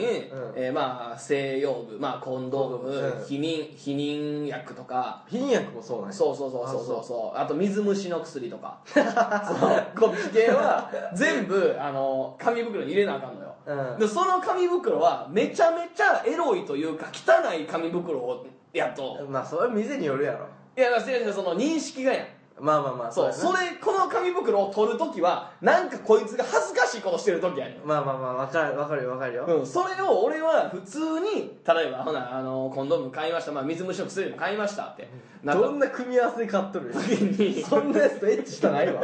[SPEAKER 1] えーまあ西洋部、まあ、コンドーム、
[SPEAKER 2] うん
[SPEAKER 1] 避妊避妊薬とか
[SPEAKER 2] 貧薬もそうなんや
[SPEAKER 1] そうそうそうそうそうそうあと水虫の薬と かそうこっち系は全部あの紙袋に入れなあかんのよ、
[SPEAKER 2] うん
[SPEAKER 1] でその紙袋はめちゃめちゃエロいというか汚い紙袋をやと、
[SPEAKER 2] まあそれは店によるやろ
[SPEAKER 1] いやだからせやせやその認識がやん
[SPEAKER 2] まあまあまあ
[SPEAKER 1] そう
[SPEAKER 2] そ
[SPEAKER 1] そう
[SPEAKER 2] や
[SPEAKER 1] れこの紙袋を取る時はなんかこいつが恥ずかしいことしてる時やねん
[SPEAKER 2] なまあまあまあわかるわかるよわかるよ、
[SPEAKER 1] うん、それを俺は普通に例えばほなあのコンドーム買いました、まあ、水虫の薬も買いましたってなった
[SPEAKER 2] どんな組み合わせで買っとる
[SPEAKER 1] 時に
[SPEAKER 2] そんなやつとエッチしたないわ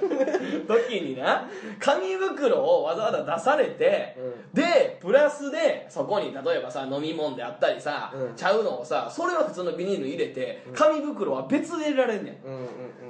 [SPEAKER 1] 時にな紙袋をわざわざ出されて、でプラスでそこに例えばさ飲み物であったりさ、
[SPEAKER 2] うん
[SPEAKER 1] ちゃうのをさそれは普通のビニールに入れて紙袋は別で入れられんねん、
[SPEAKER 2] うんうんうん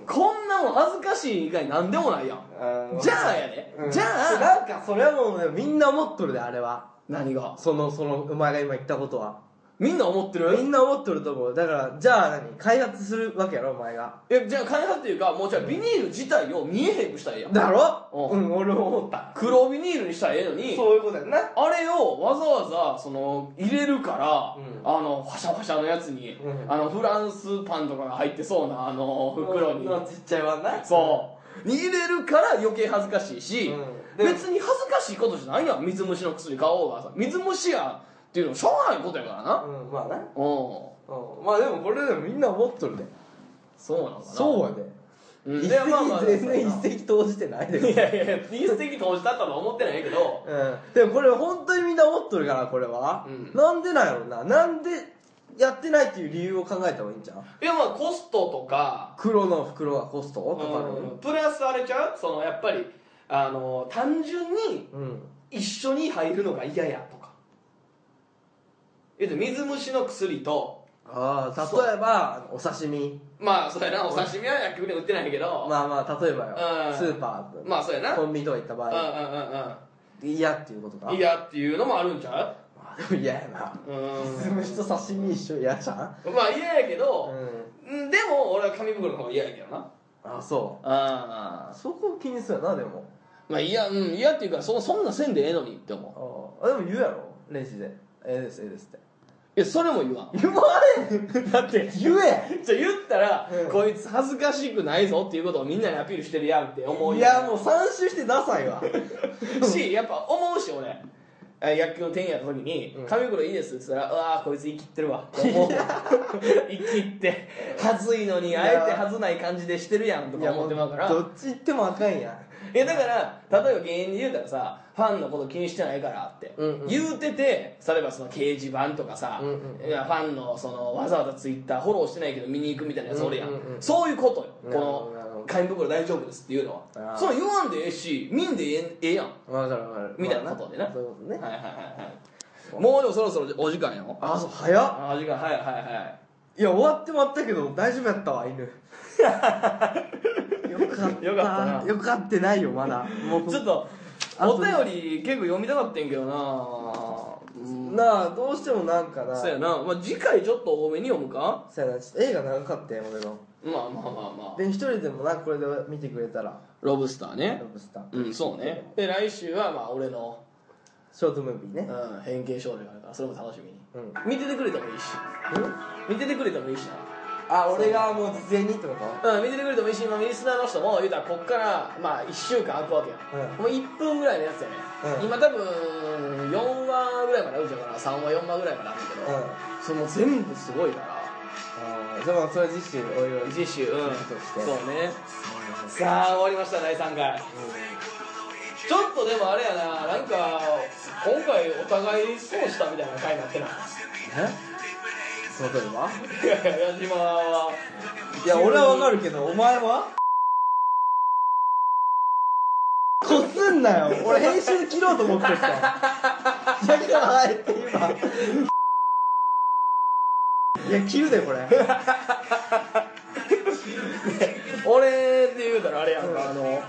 [SPEAKER 1] こんなもん恥ずかしい以外なんでもないやん
[SPEAKER 2] あー
[SPEAKER 1] じゃあやで、
[SPEAKER 2] うん
[SPEAKER 1] じゃあ
[SPEAKER 2] なんかそれはもうねみんな思っとるであれは
[SPEAKER 1] 何が
[SPEAKER 2] そのそのお前が今言ったことは
[SPEAKER 1] みんな思って
[SPEAKER 2] み
[SPEAKER 1] る
[SPEAKER 2] んな思っとると思うだからじゃあ何開発するわけやろお前が
[SPEAKER 1] えじゃあ開発っていうかもうじゃあビニール自体を見えへんくしたらええやん
[SPEAKER 2] だろ
[SPEAKER 1] う
[SPEAKER 2] うん俺も思った
[SPEAKER 1] 黒ビニールにしたらええのに
[SPEAKER 2] そういうことやんな
[SPEAKER 1] あれをわざわざその入れるから、
[SPEAKER 2] うん
[SPEAKER 1] あのファシャファシャのやつに、
[SPEAKER 2] うん
[SPEAKER 1] あのフランスパンとかが入ってそうなあの袋に、
[SPEAKER 2] のちっちゃいわな
[SPEAKER 1] そうに入れるから余計恥ずかしいし、
[SPEAKER 2] うんで
[SPEAKER 1] 別に恥ずかしいことじゃないやん水虫の薬買おうがさ水虫やっていうのしょうがないことやからな
[SPEAKER 2] うんまあな
[SPEAKER 1] うん
[SPEAKER 2] うんまあでもこれでもみんな思っとるで
[SPEAKER 1] そうなのかな
[SPEAKER 2] そうやで
[SPEAKER 1] うん、
[SPEAKER 2] 一
[SPEAKER 1] でまあまあ
[SPEAKER 2] 石全
[SPEAKER 1] そ
[SPEAKER 2] 然
[SPEAKER 1] うや
[SPEAKER 2] 一石投じてないで
[SPEAKER 1] ないやいやいや一石投じたとは思ってないけど
[SPEAKER 2] うんでもこれ本当にみんな思っとるからこれは、
[SPEAKER 1] うん
[SPEAKER 2] なんでなんやろななんでやってないっていう理由を考えた方がいいんじゃん
[SPEAKER 1] いやまあコストとか
[SPEAKER 2] 黒の袋がコストかか
[SPEAKER 1] うんプラスあれちゃうそのやっぱりあの単純に
[SPEAKER 2] るうん
[SPEAKER 1] 一緒に入るのが嫌やとか言うて水虫の薬と
[SPEAKER 2] ああ例えばお刺身
[SPEAKER 1] まあそうやなお刺身は薬局で売ってないけどまあ、
[SPEAKER 2] まあまあ例えばよ
[SPEAKER 1] うん
[SPEAKER 2] スーパー
[SPEAKER 1] そうやな
[SPEAKER 2] コンビニとか行った場合
[SPEAKER 1] う
[SPEAKER 2] 嫌っていうことか
[SPEAKER 1] んうんうんうん嫌っていうのもあるんちゃう
[SPEAKER 2] まあでも嫌やな
[SPEAKER 1] う
[SPEAKER 2] 酢
[SPEAKER 1] ん
[SPEAKER 2] 飯と刺身一緒嫌じゃん
[SPEAKER 1] まあ嫌やけ
[SPEAKER 2] う
[SPEAKER 1] ど、
[SPEAKER 2] ん
[SPEAKER 1] うん、でも俺は紙袋の方が嫌やけどな
[SPEAKER 2] あそ
[SPEAKER 1] あ
[SPEAKER 2] うそこ気にするやなでも
[SPEAKER 1] まあ嫌、うん、嫌っていうかそそんなせんでええのにって思う
[SPEAKER 2] ああでも言うやろレジでええですええですって
[SPEAKER 1] いやそれも言わん
[SPEAKER 2] 言われんだって言え
[SPEAKER 1] じゃあ言ったら、
[SPEAKER 2] うん
[SPEAKER 1] こいつ恥ずかしくないぞっていうことをみんなにアピールしてるやんって思う
[SPEAKER 2] い
[SPEAKER 1] よ
[SPEAKER 2] やもう三周してダサい わ
[SPEAKER 1] しやっぱ思うし俺え野球の点やった時に
[SPEAKER 2] うん
[SPEAKER 1] 「紙袋いいです」って言ったら「うわーこいつ生きってるわ」って 思う生きって恥ずいのにあえて恥ずない感じでしてるやんとか思ってまうから
[SPEAKER 2] どっち行ってもあかんやん
[SPEAKER 1] えだから例えば芸人で言うたらさファンのこと気にしてないからって、
[SPEAKER 2] うんうん
[SPEAKER 1] 言うてて例えばその掲示板とかさ、
[SPEAKER 2] うんうんうん
[SPEAKER 1] いやファンのそのわざわざツイッターフォローしてないけど見に行くみたいなやつおるやん,、
[SPEAKER 2] うんうんうん
[SPEAKER 1] そういうことよ
[SPEAKER 2] なるほ
[SPEAKER 1] こ
[SPEAKER 2] どなるほ
[SPEAKER 1] の
[SPEAKER 2] ど
[SPEAKER 1] 紙袋大丈夫ですっていうの
[SPEAKER 2] あ
[SPEAKER 1] は
[SPEAKER 2] ー
[SPEAKER 1] その言わんでええし見んでええええやん
[SPEAKER 2] わかるわかる
[SPEAKER 1] みたいなことでな
[SPEAKER 2] まあそういうことね
[SPEAKER 1] はいはいはいはいもうでもそろそろお時間よ
[SPEAKER 2] あそう早っ
[SPEAKER 1] あお時間はいはいはい
[SPEAKER 2] いや終わってもあったけど大丈夫やった わ犬よかった
[SPEAKER 1] よかったな
[SPEAKER 2] よかってないよまだもう
[SPEAKER 1] ちょっと
[SPEAKER 2] あと
[SPEAKER 1] お便り結構読みたかったんけどなうん
[SPEAKER 2] なあどうしてもなんかな
[SPEAKER 1] そうやな、まあ、次回ちょっと多めに読むか
[SPEAKER 2] そうやなちょっと映画長かったよ俺の
[SPEAKER 1] まあまあまあまあ
[SPEAKER 2] で一人でもなこれで見てくれたら
[SPEAKER 1] ロブスターね
[SPEAKER 2] ロブスター
[SPEAKER 1] うんそうねで来週はまあ俺の、
[SPEAKER 2] ショートムービー
[SPEAKER 1] う
[SPEAKER 2] ね
[SPEAKER 1] ん、変形少女があるからそれも楽しみに
[SPEAKER 2] うん
[SPEAKER 1] 見ててくれてもいいし見ててくれてもいいし
[SPEAKER 2] あ俺がもう事前にってこと
[SPEAKER 1] なうん見ててくれてもいいし今リスナーの人も言うたらこっからまあ1週間空くわけや、
[SPEAKER 2] うん
[SPEAKER 1] もう1分ぐらいのやつやね、
[SPEAKER 2] うん
[SPEAKER 1] 今多分4話ぐらいまであるんちゃうかな3話4話ぐらいまであるけ
[SPEAKER 2] うん
[SPEAKER 1] ど、それも全部すごいから
[SPEAKER 2] あーじゃあまあそれは次週おいおい
[SPEAKER 1] 次週うん
[SPEAKER 2] して
[SPEAKER 1] そうねさあ終わりました第3回ちょっとでもあれやななんか今回お互い損したみたいな回になってない
[SPEAKER 2] えその通りはい
[SPEAKER 1] や矢島はい
[SPEAKER 2] や俺はわかるけどお前はこすんなよ俺編集で切ろうと思ってただからあえて今いや切るでこれ
[SPEAKER 1] 俺って言うたらあれやんかあの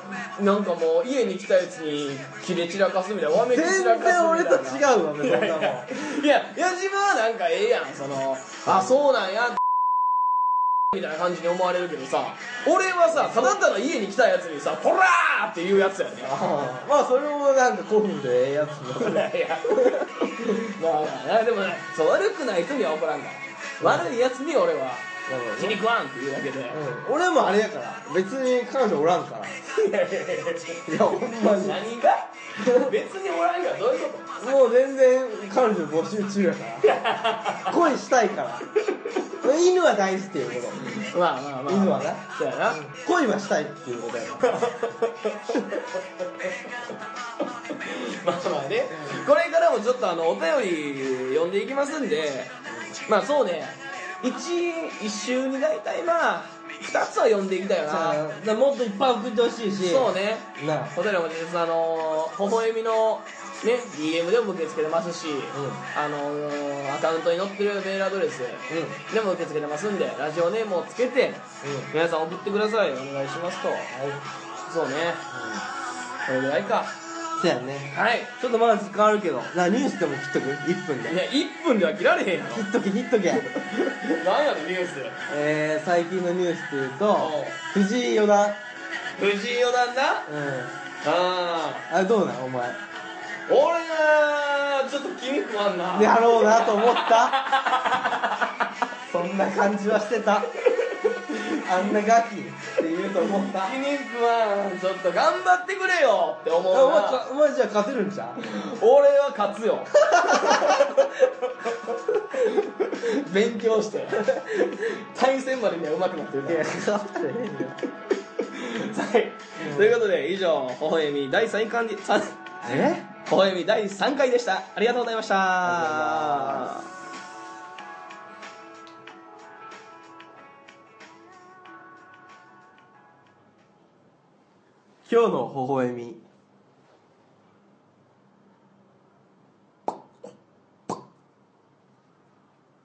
[SPEAKER 1] なんかもう家に来たやつに切れ散らかすみたいなわめき散
[SPEAKER 2] 全
[SPEAKER 1] らかすみたいな
[SPEAKER 2] 然俺と違うわそんなもん
[SPEAKER 1] いやいや矢島はなんかええやんそのあそうなんやみたいな感じに思われるけどさ俺はさただただ家に来たやつにさ「こらー!」っていうやつやねん
[SPEAKER 2] あーまあそれもなんか古墳でええやつ
[SPEAKER 1] いやいやまあまあでもねそう悪くない人には怒らんから悪いやつに俺は「気に食わん」って言うだけで、
[SPEAKER 2] うん、俺もあれやから別に彼女おらんから
[SPEAKER 1] いやいやいや
[SPEAKER 2] いやほんまに
[SPEAKER 1] 何が別におらんからどういうこ
[SPEAKER 2] もう全然彼女募集中やから恋したいから犬は大事っていうこと
[SPEAKER 1] まあまあまあ
[SPEAKER 2] 犬はな
[SPEAKER 1] そうやな
[SPEAKER 2] 恋はしたいっていうことやな
[SPEAKER 1] まあまあね、これからもちょっとあのお便り読んでいきますんで、まあそうね、1、一週に大体まあ、2つは読んでいきたいよな。
[SPEAKER 2] そうだからもっといっぱい送ってほしいし
[SPEAKER 1] そうね、
[SPEAKER 2] なあ
[SPEAKER 1] お便りも実はあのー、微笑みの、ね、DM でも受け付けてますし、あのーアカウントに載ってるメールアドレス
[SPEAKER 2] うんうん
[SPEAKER 1] でも受け付けてますんで、ラジオネームをつけて、皆さん送ってください。お願いしますと。
[SPEAKER 2] はい、うん、
[SPEAKER 1] そうね、これぐらいか。
[SPEAKER 2] そうやね
[SPEAKER 1] はい。
[SPEAKER 2] ちょっとまだ時間あるけどなニュースでも切っとく1分で、
[SPEAKER 1] いや、1分では切られへんよ。
[SPEAKER 2] 切っとけ切っとけ
[SPEAKER 1] なんやろニュース
[SPEAKER 2] えー、最近のニュースというと藤井四段
[SPEAKER 1] 藤井四段な
[SPEAKER 2] うん
[SPEAKER 1] あ
[SPEAKER 2] あれどうなんお前
[SPEAKER 1] あ俺なちょっと気に食わんな
[SPEAKER 2] やろうなと 思った そんな感じはしてた あんなガキって言うと思った
[SPEAKER 1] 気に食わんちょっと頑張ってくれよって思う
[SPEAKER 2] お
[SPEAKER 1] な
[SPEAKER 2] 前かお前じゃあ勝てるんじゃん
[SPEAKER 1] 俺は勝つよ
[SPEAKER 2] 勉強して
[SPEAKER 1] 対戦までには上手くなってる
[SPEAKER 2] い
[SPEAKER 1] から
[SPEAKER 2] や勝ってねえよ
[SPEAKER 1] はいということで以上「ほほえみ第3回で」三
[SPEAKER 2] え
[SPEAKER 1] ほほえみ第3回でしたありがとうございま
[SPEAKER 2] ありがとうござい
[SPEAKER 1] した
[SPEAKER 2] ます今日の微笑み